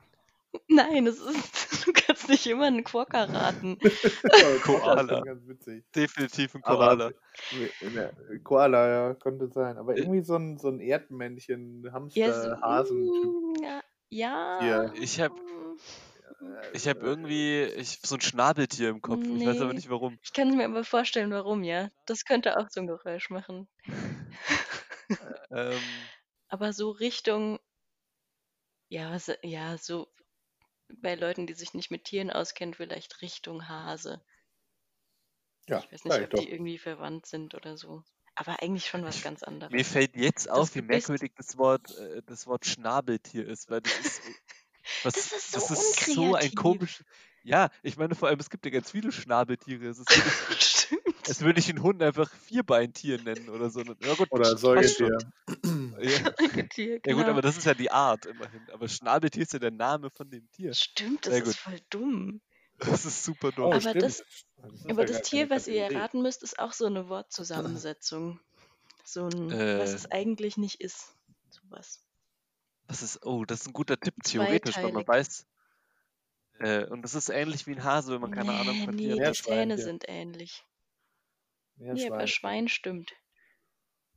Speaker 2: Nein, das ist. [LAUGHS] Du kannst nicht immer einen Quokka raten.
Speaker 1: Ein
Speaker 3: Koala.
Speaker 1: ist schon ganz witzig.
Speaker 3: definitiv ein
Speaker 1: Aber-
Speaker 3: Koala. Äh.
Speaker 1: Ja, Koala, ja, könnte sein. Aber irgendwie so ein, so ein Erdmännchen, Hamster,
Speaker 2: Ja, so,
Speaker 1: Hasen-Typ.
Speaker 2: mm, Ja. ja.
Speaker 1: Hier.
Speaker 3: Ich habe
Speaker 2: mm,
Speaker 3: ich hab irgendwie ich, so ein Schnabeltier im Kopf. Ich weiß aber
Speaker 2: Nee.
Speaker 3: nicht warum.
Speaker 2: Ich kann mir aber vorstellen, warum, ja. Das könnte auch so ein Geräusch machen.
Speaker 3: Ähm,
Speaker 2: Aber so Richtung, ja, was- ja, so bei Leuten, die sich nicht mit Tieren auskennen, vielleicht Richtung Hase.
Speaker 1: Ja,
Speaker 2: Ich weiß nicht, ob
Speaker 1: vielleicht doch.
Speaker 2: die irgendwie verwandt sind oder so. Aber eigentlich schon was ganz anderes. [LAUGHS]
Speaker 3: mir fällt jetzt auf, wie
Speaker 2: Gebiss-
Speaker 3: merkwürdig das Wort, äh, das Wort Schnabeltier ist, weil das ist.
Speaker 2: [LAUGHS]
Speaker 3: Was,
Speaker 2: Das ist so
Speaker 3: ein
Speaker 2: unkreativ.
Speaker 3: komisch. Ja, ich meine vor allem, es gibt ja ganz viele Schnabeltiere. Es ist
Speaker 2: [LAUGHS]
Speaker 3: wirklich
Speaker 2: Stimmt.
Speaker 3: Als würde ich einen Hund einfach Vierbeintier nennen oder so. Ja gut,
Speaker 1: Oder
Speaker 3: passt schon.
Speaker 1: Säugetier.
Speaker 3: Ja.
Speaker 2: Ein Tier,
Speaker 3: ja
Speaker 2: genau.
Speaker 3: gut, aber das ist ja die Art immerhin. Aber Schnabeltier ist ja der Name von dem Tier. [LAUGHS]
Speaker 2: Stimmt, das
Speaker 3: Sehr
Speaker 2: ist
Speaker 3: gut.
Speaker 2: voll dumm.
Speaker 3: Das ist super dumm.
Speaker 1: Oh,
Speaker 2: aber
Speaker 1: stimmt.
Speaker 2: das-
Speaker 1: ist ja gar
Speaker 2: aber das
Speaker 1: keine
Speaker 2: Tier, was ihr
Speaker 1: Idee.
Speaker 2: erraten müsst, ist auch so eine Wortzusammensetzung. So ein, was
Speaker 3: Äh.
Speaker 2: es eigentlich nicht ist. Sowas.
Speaker 3: Das ist, oh, das ist ein guter Tipp, theoretisch, weil man
Speaker 2: Zweiteilig.
Speaker 3: weiß. Äh, und das ist ähnlich wie ein Hase, wenn man keine Ahnung von
Speaker 2: nee, die
Speaker 3: Tieren hat.
Speaker 1: Meerschwein
Speaker 2: Zähne
Speaker 1: hier.
Speaker 2: sind ähnlich.
Speaker 1: Ja,
Speaker 2: Nee, aber
Speaker 1: Schwein.
Speaker 2: Schwein stimmt.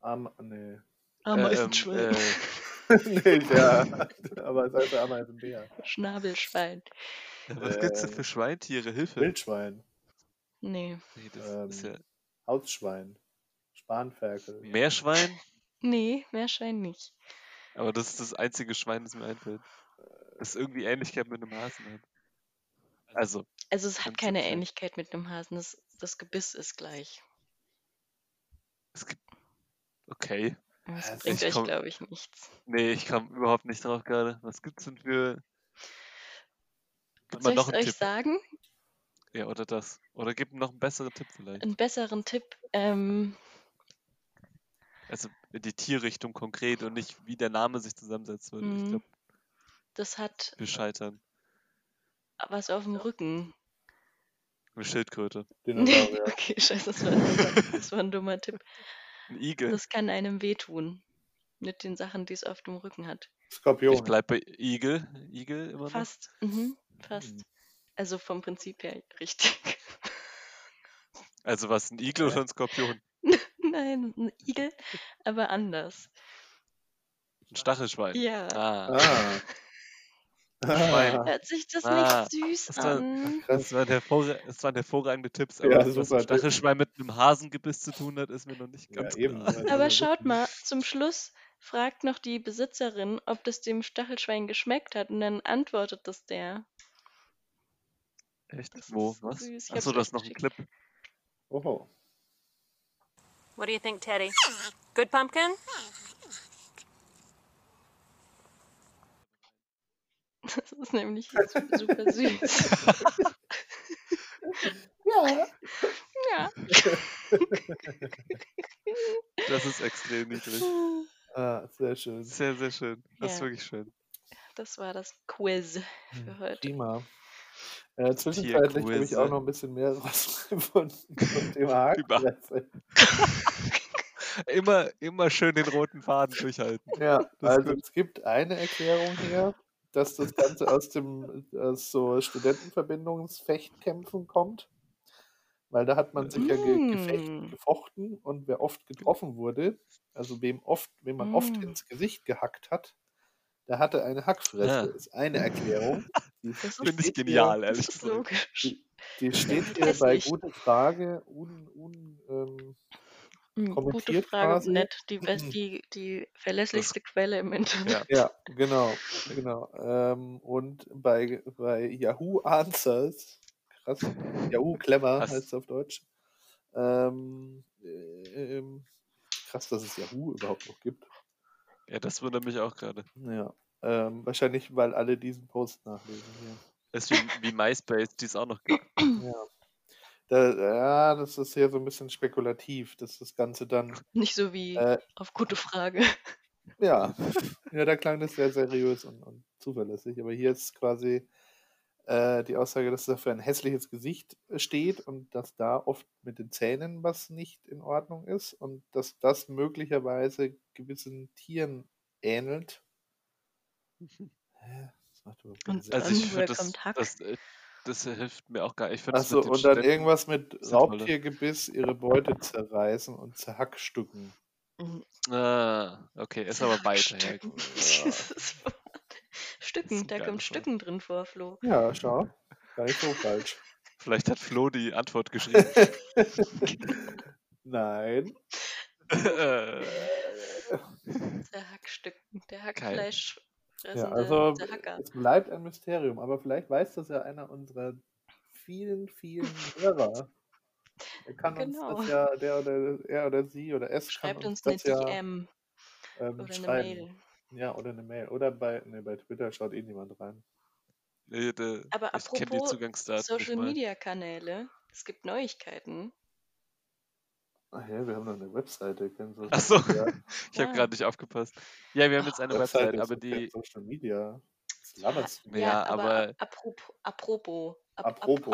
Speaker 1: Am, nee. [LAUGHS]
Speaker 3: Äh, Ameisenschwein.
Speaker 2: Ameisenschwein.
Speaker 1: Nicht, ja. [LAUGHS] Aber es heißt ja Ameisenbär.
Speaker 2: [LAUGHS] Schnabelschwein.
Speaker 3: Äh, [LAUGHS] was gibt's denn
Speaker 1: Äh.
Speaker 3: für Schweintiere? Hilfe.
Speaker 1: Wildschwein,
Speaker 2: Nee.
Speaker 3: Nee, das ist ja
Speaker 1: Ähm. Hausschwein, Spanferkel.
Speaker 3: [LAUGHS] Meerschwein,
Speaker 2: Nee, Meerschwein nicht.
Speaker 3: aber das ist das einzige Schwein, das mir einfällt. Das irgendwie Ähnlichkeit mit einem Hasen hat. Also,
Speaker 2: Also es hat
Speaker 3: Ganz
Speaker 2: keine
Speaker 3: sicher.
Speaker 2: Ähnlichkeit mit einem Hasen. Das, das Gebiss ist gleich.
Speaker 3: es gibt. Okay.
Speaker 2: Aber
Speaker 1: Ja,
Speaker 2: Das
Speaker 1: es
Speaker 2: bringt
Speaker 3: ist
Speaker 2: euch,
Speaker 3: kom-
Speaker 2: glaube ich, nichts.
Speaker 3: Nee, ich kam überhaupt nicht drauf gerade. Was gibt's denn für.
Speaker 2: Soll
Speaker 3: Gib mal
Speaker 2: ich
Speaker 3: noch
Speaker 2: es
Speaker 3: einen
Speaker 2: euch
Speaker 3: Tipp.
Speaker 2: sagen?
Speaker 3: Ja, oder das. Oder gib noch einen besseren Tipp vielleicht.
Speaker 2: Einen besseren Tipp. Ähm,
Speaker 3: Also in die Tierrichtung konkret und nicht wie der Name sich zusammensetzt würde. Ich
Speaker 2: Mhm.
Speaker 3: glaube,
Speaker 2: das hat
Speaker 3: wir scheitern.
Speaker 2: was auf dem Rücken.
Speaker 3: Eine Schildkröte.
Speaker 2: [LAUGHS] Nee,
Speaker 1: Dinosaurier.
Speaker 2: okay, scheiße, das war ein dummer, das war ein dummer Tipp.
Speaker 3: Ein Igel.
Speaker 2: Das kann einem wehtun. Mit den Sachen, die es auf dem Rücken hat.
Speaker 1: Skorpion.
Speaker 3: Ich bleib bei Igel. Igel immer noch.
Speaker 2: Fast. Mhm, fast.
Speaker 1: Hm.
Speaker 2: Also vom Prinzip her richtig. [LAUGHS]
Speaker 3: Also was, ein Igel
Speaker 1: Ja.
Speaker 3: oder ein Skorpion?
Speaker 2: Nein, ein Igel, aber anders.
Speaker 3: Ein Stachelschwein.
Speaker 2: Ja.
Speaker 3: Ah,
Speaker 1: Ah.
Speaker 3: [LAUGHS] Schwein.
Speaker 1: ah.
Speaker 2: Hört sich das
Speaker 3: Ah,
Speaker 2: nicht süß
Speaker 3: das war-
Speaker 2: an?
Speaker 1: Krass.
Speaker 3: das waren, hervorra das waren hervorragende Tipps, aber
Speaker 1: Ja,
Speaker 3: dass was
Speaker 1: super
Speaker 3: ein
Speaker 1: Tipp.
Speaker 3: Stachelschwein mit einem Hasengebiss zu tun hat, ist mir noch nicht
Speaker 1: Ja,
Speaker 3: ganz
Speaker 1: eben.
Speaker 3: klar.
Speaker 1: also
Speaker 2: Aber
Speaker 1: das-
Speaker 2: schaut mal, zum Schluss fragt noch die Besitzerin, ob das dem Stachelschwein geschmeckt hat und dann antwortet das der. [LAUGHS]
Speaker 3: Echt?
Speaker 2: Das
Speaker 3: Wo?
Speaker 2: ist so
Speaker 3: Was?
Speaker 2: süß. Ich
Speaker 3: Achso,
Speaker 2: hab's
Speaker 3: da
Speaker 2: euch
Speaker 3: ist noch ein
Speaker 2: geschickt.
Speaker 3: Clip.
Speaker 1: Oho.
Speaker 4: What do you think, Teddy? Good pumpkin?
Speaker 2: Das ist nämlich jetzt super süß.
Speaker 1: Ja.
Speaker 2: Ja.
Speaker 3: Das ist extrem niedlich.
Speaker 1: Ah, sehr schön.
Speaker 3: Sehr, sehr schön. Das ist
Speaker 2: Ja.
Speaker 3: wirklich schön.
Speaker 2: Das war das Quiz für heute.
Speaker 1: Prima. Äh, zwischenzeitlich habe ich
Speaker 3: Tierquizze.
Speaker 1: auch noch ein bisschen mehr [LAUGHS] rausgefunden zum Thema Hakenkresse.
Speaker 3: Immer, immer schön den roten Faden durchhalten.
Speaker 1: Ja,
Speaker 3: Das ist
Speaker 1: also es gibt eine Erklärung hier, dass das Ganze aus dem äh, aus so Studentenverbindungsfechtkämpfen kommt. Weil da hat man sich ja ge gefecht,
Speaker 2: Mm.
Speaker 1: gefochten und wer oft getroffen wurde, also wem oft, wem man oft
Speaker 2: Mm.
Speaker 1: ins Gesicht gehackt hat, der hatte eine Hackfresse,
Speaker 3: Ah.
Speaker 1: ist eine Erklärung.
Speaker 2: Das
Speaker 3: Finde ich
Speaker 1: steht hier-
Speaker 3: genial,
Speaker 2: das
Speaker 3: ehrlich
Speaker 2: ist
Speaker 3: gesagt.
Speaker 2: logisch.
Speaker 1: Die steht hier
Speaker 2: Weiß
Speaker 1: bei
Speaker 2: nicht.
Speaker 1: gute Frage un, un, ähm,
Speaker 2: Hm, Gute
Speaker 1: kommentiert
Speaker 2: Frage,
Speaker 1: quasi.
Speaker 2: nett.
Speaker 1: [CLEARS THROAT]
Speaker 2: Die, best, die, die verlässlichste Quelle im Internet.
Speaker 1: Ja, genau, genau. Ähm, und bei, bei Yahoo Answers, krass, Yahoo uh, Clever
Speaker 3: Krass.
Speaker 1: heißt es auf Deutsch. Ähm, äh, ähm, krass, dass es Yahoo überhaupt noch gibt.
Speaker 3: Ja, das wundert mich auch gerade.
Speaker 1: Ja, ähm, wahrscheinlich, weil alle diesen Post nachlesen hier.
Speaker 3: Es ist wie, wie MySpace, die es auch noch gibt.
Speaker 1: Ja. Da, ja, das ist ja so ein bisschen spekulativ, dass das Ganze dann,
Speaker 2: [LAUGHS] Nicht so wie
Speaker 1: äh,
Speaker 2: auf gute Frage.
Speaker 1: ja, [LAUGHS] ja, da klang das sehr seriös und, und zuverlässig, aber hier ist quasi äh, die Aussage, dass dafür ein hässliches Gesicht äh, steht und dass da oft mit den Zähnen was nicht in Ordnung ist und dass das möglicherweise gewissen Tieren ähnelt. Hä? Das macht überhaupt keinen
Speaker 2: Und-
Speaker 1: Sinn.
Speaker 3: Also ich
Speaker 2: Dann
Speaker 3: finde, das,
Speaker 2: Welcome Tuck.
Speaker 3: das, äh, das hilft mir auch gar nicht. Ich find, das
Speaker 1: Achso,
Speaker 3: mit den
Speaker 1: und dann
Speaker 3: Ständen-
Speaker 1: irgendwas mit
Speaker 3: sinnvoller.
Speaker 1: Raubtiergebiss ihre Beute zerreißen und zerhackstücken. Hm,
Speaker 2: Mhm.
Speaker 3: Ah, okay, [LAUGHS] ist aber weiter
Speaker 1: [LAUGHS]
Speaker 2: [LAUGHS]
Speaker 3: her.
Speaker 2: Stücken. Dieses Wort.
Speaker 3: Das ist
Speaker 2: Stücken,
Speaker 3: ein
Speaker 2: da kommt
Speaker 3: geiles Wort.
Speaker 2: Stücken drin vor, Flo.
Speaker 1: Ja, schau. Gar nicht so falsch. [LAUGHS]
Speaker 3: Vielleicht hat Flo die Antwort geschrieben. [LAUGHS]
Speaker 1: Nein.
Speaker 3: Äh,
Speaker 2: Der Hackstücken, der
Speaker 3: Geil.
Speaker 2: Hackfleisch.
Speaker 1: Ja,
Speaker 2: fressende
Speaker 1: also
Speaker 2: der Hacker.
Speaker 1: es bleibt ein Mysterium, aber vielleicht weiß das ja einer unserer vielen, vielen Hörer. Er kann
Speaker 2: Genau.
Speaker 1: uns das ja, der oder er oder sie oder es
Speaker 2: Schreibt
Speaker 1: kann uns
Speaker 2: uns eine
Speaker 1: das ja
Speaker 2: DM
Speaker 1: ähm,
Speaker 2: oder eine
Speaker 1: schreiben.
Speaker 2: Mail.
Speaker 1: Ja, oder eine Mail. Oder bei, nee, bei Twitter schaut eh niemand rein.
Speaker 3: nee, da-
Speaker 2: Aber
Speaker 3: ich kenne die
Speaker 2: apropos
Speaker 3: Zugangsdaten.
Speaker 2: Social
Speaker 3: nicht mal.
Speaker 2: Media Kanäle. Es gibt Neuigkeiten.
Speaker 1: Ach Ah, ja, wir haben doch eine Webseite. kennen Sie das?
Speaker 3: Ach so.
Speaker 1: Ja.
Speaker 3: Ich habe
Speaker 2: Ah.
Speaker 3: gerade nicht aufgepasst. Ja, wir haben jetzt eine Website,
Speaker 1: ist halt
Speaker 3: aber
Speaker 1: doch kein
Speaker 3: die.
Speaker 1: Social Media. Das labert's.
Speaker 3: Ja, aber-
Speaker 2: ap- Apropos. Apropos. ap- ap-
Speaker 1: Apropos.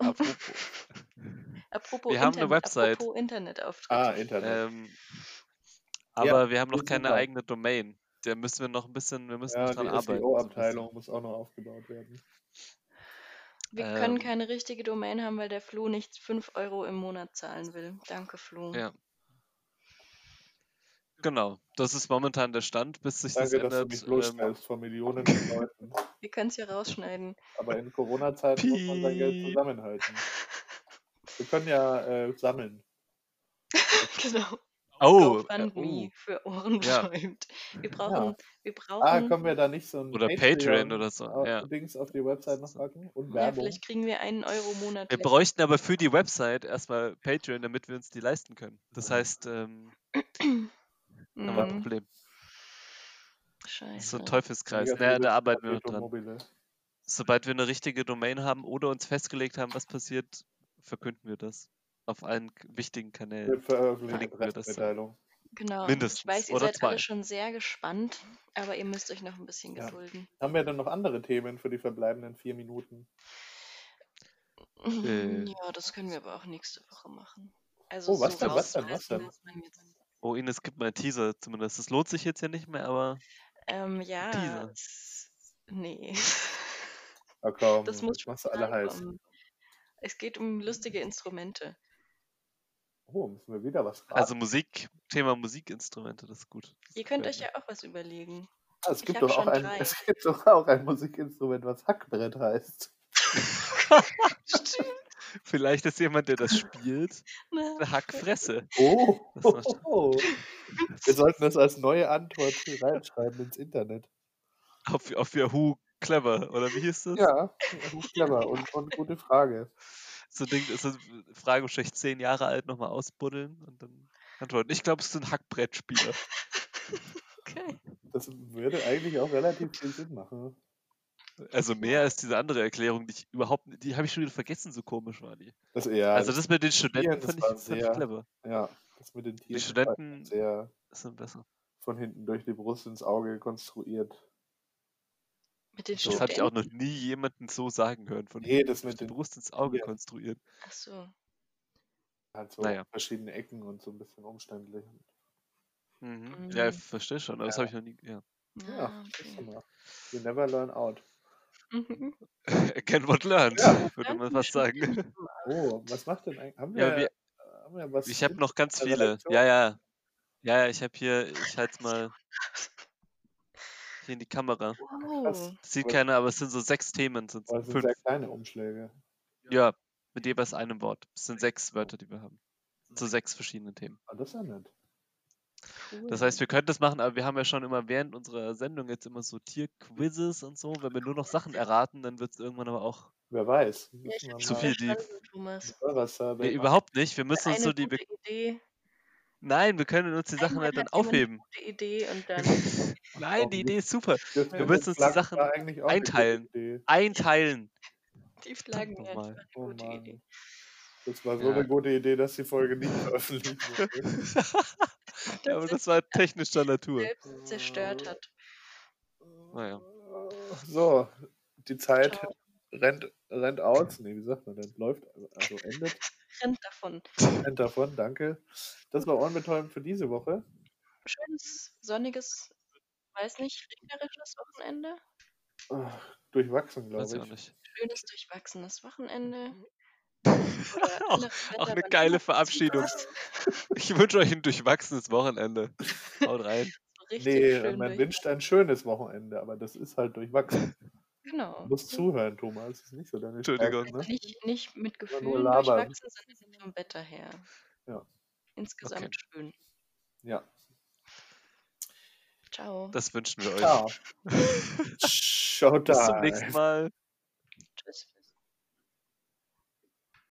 Speaker 2: Apropos.
Speaker 1: [LAUGHS]
Speaker 3: Apropos.
Speaker 2: Apropos
Speaker 3: Wir haben eine
Speaker 2: Internet-
Speaker 3: Website.
Speaker 2: Apropos Internetauftritt.
Speaker 1: Ah, Internet.
Speaker 3: Ähm,
Speaker 1: Ja,
Speaker 3: aber wir haben
Speaker 1: wir
Speaker 3: noch
Speaker 1: sind
Speaker 3: keine
Speaker 1: da.
Speaker 3: eigene Domain. Da müssen wir noch ein bisschen, wir müssen
Speaker 1: ja,
Speaker 3: noch dran
Speaker 1: die E
Speaker 3: arbeiten. so ein
Speaker 1: SEO-Abteilung muss auch noch aufgebaut werden.
Speaker 2: Wir können
Speaker 3: ähm,
Speaker 2: keine richtige Domain haben, weil der Flo nicht 5 Euro im Monat zahlen will. Danke, Flo.
Speaker 3: Ja. bisschen. Genau. Das ist momentan der Stand, bis sich
Speaker 1: Danke,
Speaker 3: das
Speaker 1: dass du mich
Speaker 3: ändert. ähm,
Speaker 1: bloßstellst vor Millionen von Leuten.
Speaker 2: Wir können es ja rausschneiden. [LAUGHS]
Speaker 1: Aber in Corona-Zeiten muss man sein Geld
Speaker 3: Piep.
Speaker 1: zusammenhalten. Wir können ja äh, sammeln.
Speaker 2: genau.
Speaker 3: oh, äh,
Speaker 2: GoFundMe
Speaker 3: oh.
Speaker 2: für Ohren
Speaker 3: Ja.
Speaker 2: betäubt. Wir brauchen, wir
Speaker 1: Ah,
Speaker 2: brauchen,
Speaker 1: können wir da nicht so ein
Speaker 3: Oder Patreon oder so,
Speaker 1: auf-
Speaker 3: ja.
Speaker 1: Dings auf die Website noch packen? Und
Speaker 2: ja,
Speaker 1: Werbung.
Speaker 2: vielleicht kriegen wir einen Euro monatlich.
Speaker 3: Wir bräuchten aber für die Website erstmal Patreon, damit wir uns die leisten können. Das heißt, ähm, haben wir ein
Speaker 2: Mhm.
Speaker 3: Problem. Das ist so
Speaker 2: Scheiße.
Speaker 3: ein Teufelskreis.
Speaker 1: Mega
Speaker 3: Naja,
Speaker 1: viele
Speaker 3: da arbeiten wir noch
Speaker 1: Perpetuum
Speaker 3: dran.
Speaker 1: mobile.
Speaker 3: Sobald wir eine richtige Domain haben oder uns festgelegt haben, was passiert, verkünden wir das. Auf allen k- wichtigen
Speaker 1: Wir
Speaker 3: Kanälen.
Speaker 1: veröffentlichen
Speaker 3: Verlinken wir
Speaker 1: eine
Speaker 3: das dann.
Speaker 1: Pressemitteilung.
Speaker 2: Genau. Ich
Speaker 3: mindestens
Speaker 2: weiß, ihr
Speaker 3: oder
Speaker 2: seid
Speaker 3: zwei.
Speaker 2: alle schon sehr gespannt, aber ihr müsst euch noch ein bisschen
Speaker 1: Ja.
Speaker 2: gedulden.
Speaker 1: Haben wir dann noch andere Themen für die verbleibenden vier Minuten?
Speaker 3: Äh.
Speaker 2: Ja, das können wir aber auch nächste Woche machen. Also
Speaker 1: Oh, was
Speaker 2: so
Speaker 1: denn, was denn, was
Speaker 2: rausreißen
Speaker 1: denn?
Speaker 2: muss man jetzt-
Speaker 3: Oh, Ines gibt mal einen Teaser zumindest. Das lohnt sich jetzt ja nicht mehr, aber
Speaker 2: Ähm, ja.
Speaker 3: Teaser.
Speaker 2: es- Nee. [LAUGHS]
Speaker 1: Ah, komm,
Speaker 2: Das muss
Speaker 1: jetzt
Speaker 2: schon
Speaker 1: machst du alle heiß.
Speaker 2: reinkommen. um, Es geht um lustige Instrumente.
Speaker 1: Oh, müssen wir wieder was fragen?
Speaker 3: also Musik, Thema Musikinstrumente, das ist gut. Das
Speaker 2: Ihr könnt euch
Speaker 3: gefällt
Speaker 2: ja auch was
Speaker 3: [LAUGHS]
Speaker 2: überlegen.
Speaker 1: Ah, es,
Speaker 2: ich
Speaker 1: gibt
Speaker 2: hab
Speaker 1: doch auch
Speaker 2: schon
Speaker 1: ein,
Speaker 2: drei.
Speaker 1: [LAUGHS] es gibt doch auch ein Musikinstrument, was Hackbrett heißt.
Speaker 2: Stimmt.
Speaker 3: mir. [LAUGHS] Vielleicht ist jemand, der das spielt,
Speaker 2: ne?
Speaker 3: eine Hackfresse.
Speaker 1: Oh,
Speaker 3: Das war schon-
Speaker 1: wir sollten das als neue Antwort reinschreiben ins Internet.
Speaker 3: Auf, auf Yahoo Clever, oder wie hieß das?
Speaker 1: Ja, gut clever und, und gute Frage.
Speaker 3: So ein Ding, ist so eine Frage vielleicht zehn Jahre alt, nochmal ausbuddeln und dann antworten. Ich glaube, es sind Hackbrettspieler.
Speaker 2: Okay.
Speaker 1: Das würde eigentlich auch relativ viel Sinn machen.
Speaker 3: Also mehr als diese andere Erklärung, die ich überhaupt, nicht- die habe ich schon wieder vergessen, so komisch war die.
Speaker 1: Das, ja,
Speaker 3: also das mit den Studenten
Speaker 1: Tieren, das
Speaker 3: fand ich,
Speaker 1: war
Speaker 3: fand ich
Speaker 1: sehr-
Speaker 3: clever.
Speaker 1: ja, das mit den Tieren war
Speaker 3: Studenten-
Speaker 1: sehr
Speaker 3: Das sind besser.
Speaker 1: von hinten durch die Brust ins Auge konstruiert.
Speaker 2: Mit den
Speaker 1: So.
Speaker 3: Das habe ich auch noch
Speaker 2: Studenten.
Speaker 3: nie jemanden so sagen hören von
Speaker 1: Nee, das mit
Speaker 3: die
Speaker 1: den
Speaker 3: Brust ins Auge
Speaker 1: Ja.
Speaker 3: konstruiert.
Speaker 2: Ach so.
Speaker 1: hat so
Speaker 3: Naja.
Speaker 1: verschiedene Ecken und so ein bisschen umständlich.
Speaker 3: Mhm. Ja, ich
Speaker 2: Mhm.
Speaker 3: verstehe schon, aber das habe ich noch nie. Ja. [LAUGHS]
Speaker 1: Ja,
Speaker 2: Ah,
Speaker 1: siehst du
Speaker 2: okay.
Speaker 1: mal. You never learn out.
Speaker 2: Mhm.
Speaker 3: Again what learned,
Speaker 1: Ja.
Speaker 3: würde man fast sagen.
Speaker 1: Oh, was macht denn eigentlich? Haben wir,
Speaker 3: Ja, aber wir,
Speaker 1: haben wir was?
Speaker 3: ich habe
Speaker 1: drin?
Speaker 3: noch ganz
Speaker 1: der
Speaker 3: viele.
Speaker 1: Redaktion?
Speaker 3: Ja, ja. Ja, ja, ich habe hier, ich halte mal. Hier in die Kamera.
Speaker 2: Wow.
Speaker 3: Das sieht keiner, aber es sind so sechs Themen. Sind
Speaker 1: Aber es sind
Speaker 3: fünf.
Speaker 1: sehr kleine Umschläge.
Speaker 3: Ja, mit jeweils einem Wort. Es sind sechs Wörter, die wir haben. Zu sechs verschiedenen Themen.
Speaker 1: Ah, das ist ja nett.
Speaker 2: Cool.
Speaker 3: Das heißt, wir könnten das machen, aber wir haben ja schon immer während unserer Sendung jetzt immer so Tierquizzes und so. Wenn wir nur noch Sachen erraten, dann wird es irgendwann aber auch.
Speaker 1: Wer weiß.
Speaker 2: Ja, ich hab
Speaker 3: zu
Speaker 2: schon
Speaker 3: viel die-
Speaker 2: verstanden, Thomas.
Speaker 3: Nee, überhaupt nicht. Wir müssen uns
Speaker 2: Eine
Speaker 3: so die. Be
Speaker 2: gute Idee.
Speaker 3: Nein, wir können uns die Sachen
Speaker 2: Einmal
Speaker 3: halt dann
Speaker 2: hat jemand eine
Speaker 3: aufheben.
Speaker 2: Gute Idee und dann
Speaker 3: [LAUGHS] Nein, die Idee ist super.
Speaker 1: Wir
Speaker 3: müssen uns die Sachen einteilen. Einteilen.
Speaker 2: die Flaggen
Speaker 3: Verdammt
Speaker 2: einfach
Speaker 3: nochmal.
Speaker 2: eine
Speaker 1: Oh
Speaker 2: gute Idee.
Speaker 1: Mann. Das war so
Speaker 3: Ja.
Speaker 1: eine gute Idee, dass die Folge
Speaker 3: [LAUGHS]
Speaker 1: nicht veröffentlicht wurde.
Speaker 3: ja, aber das war technischer Natur.
Speaker 2: Selbst zerstört hat.
Speaker 3: Naja.
Speaker 1: So, die Zeit
Speaker 2: Ciao.
Speaker 1: rennt, rennt aus. Nee, wie sagt man denn? Läuft, also endet.
Speaker 2: Rennt davon.
Speaker 1: Rennt davon, danke. Das war Ohrenbetäubend für diese Woche.
Speaker 2: Schönes, sonniges, weiß nicht, regnerisches Wochenende.
Speaker 1: Ach, durchwachsen,
Speaker 3: Weiß
Speaker 1: glaube
Speaker 3: ich auch
Speaker 1: ich.
Speaker 3: nicht.
Speaker 2: Schönes, durchwachsenes Wochenende.
Speaker 3: Mhm. [LAUGHS]
Speaker 2: ne,
Speaker 3: auch, auch eine geile Verabschiedung. [LAUGHS] Ich wünsche euch ein durchwachsenes Wochenende. Haut [LAUGHS] rein.
Speaker 1: Nee, äh,
Speaker 2: Nee,
Speaker 1: man wünscht ein schönes Wochenende, aber das ist halt durchwachsen.
Speaker 2: Genau. Also
Speaker 1: Du musst zuhören, Thomas. Das ist nicht so deine
Speaker 3: Entschuldigung.
Speaker 1: Stärke, ne?
Speaker 2: Nicht, nicht mit Gefühlen
Speaker 1: nur labern.
Speaker 2: durchwachsen, sondern vom Wetter her.
Speaker 1: Ja.
Speaker 2: Insgesamt
Speaker 3: Okay.
Speaker 2: schön.
Speaker 1: Ja.
Speaker 2: Ciao.
Speaker 3: [LAUGHS] Das wünschen wir euch.
Speaker 1: Ciao. Ciao,
Speaker 3: Bis zum nächsten Mal.
Speaker 2: Tschüss.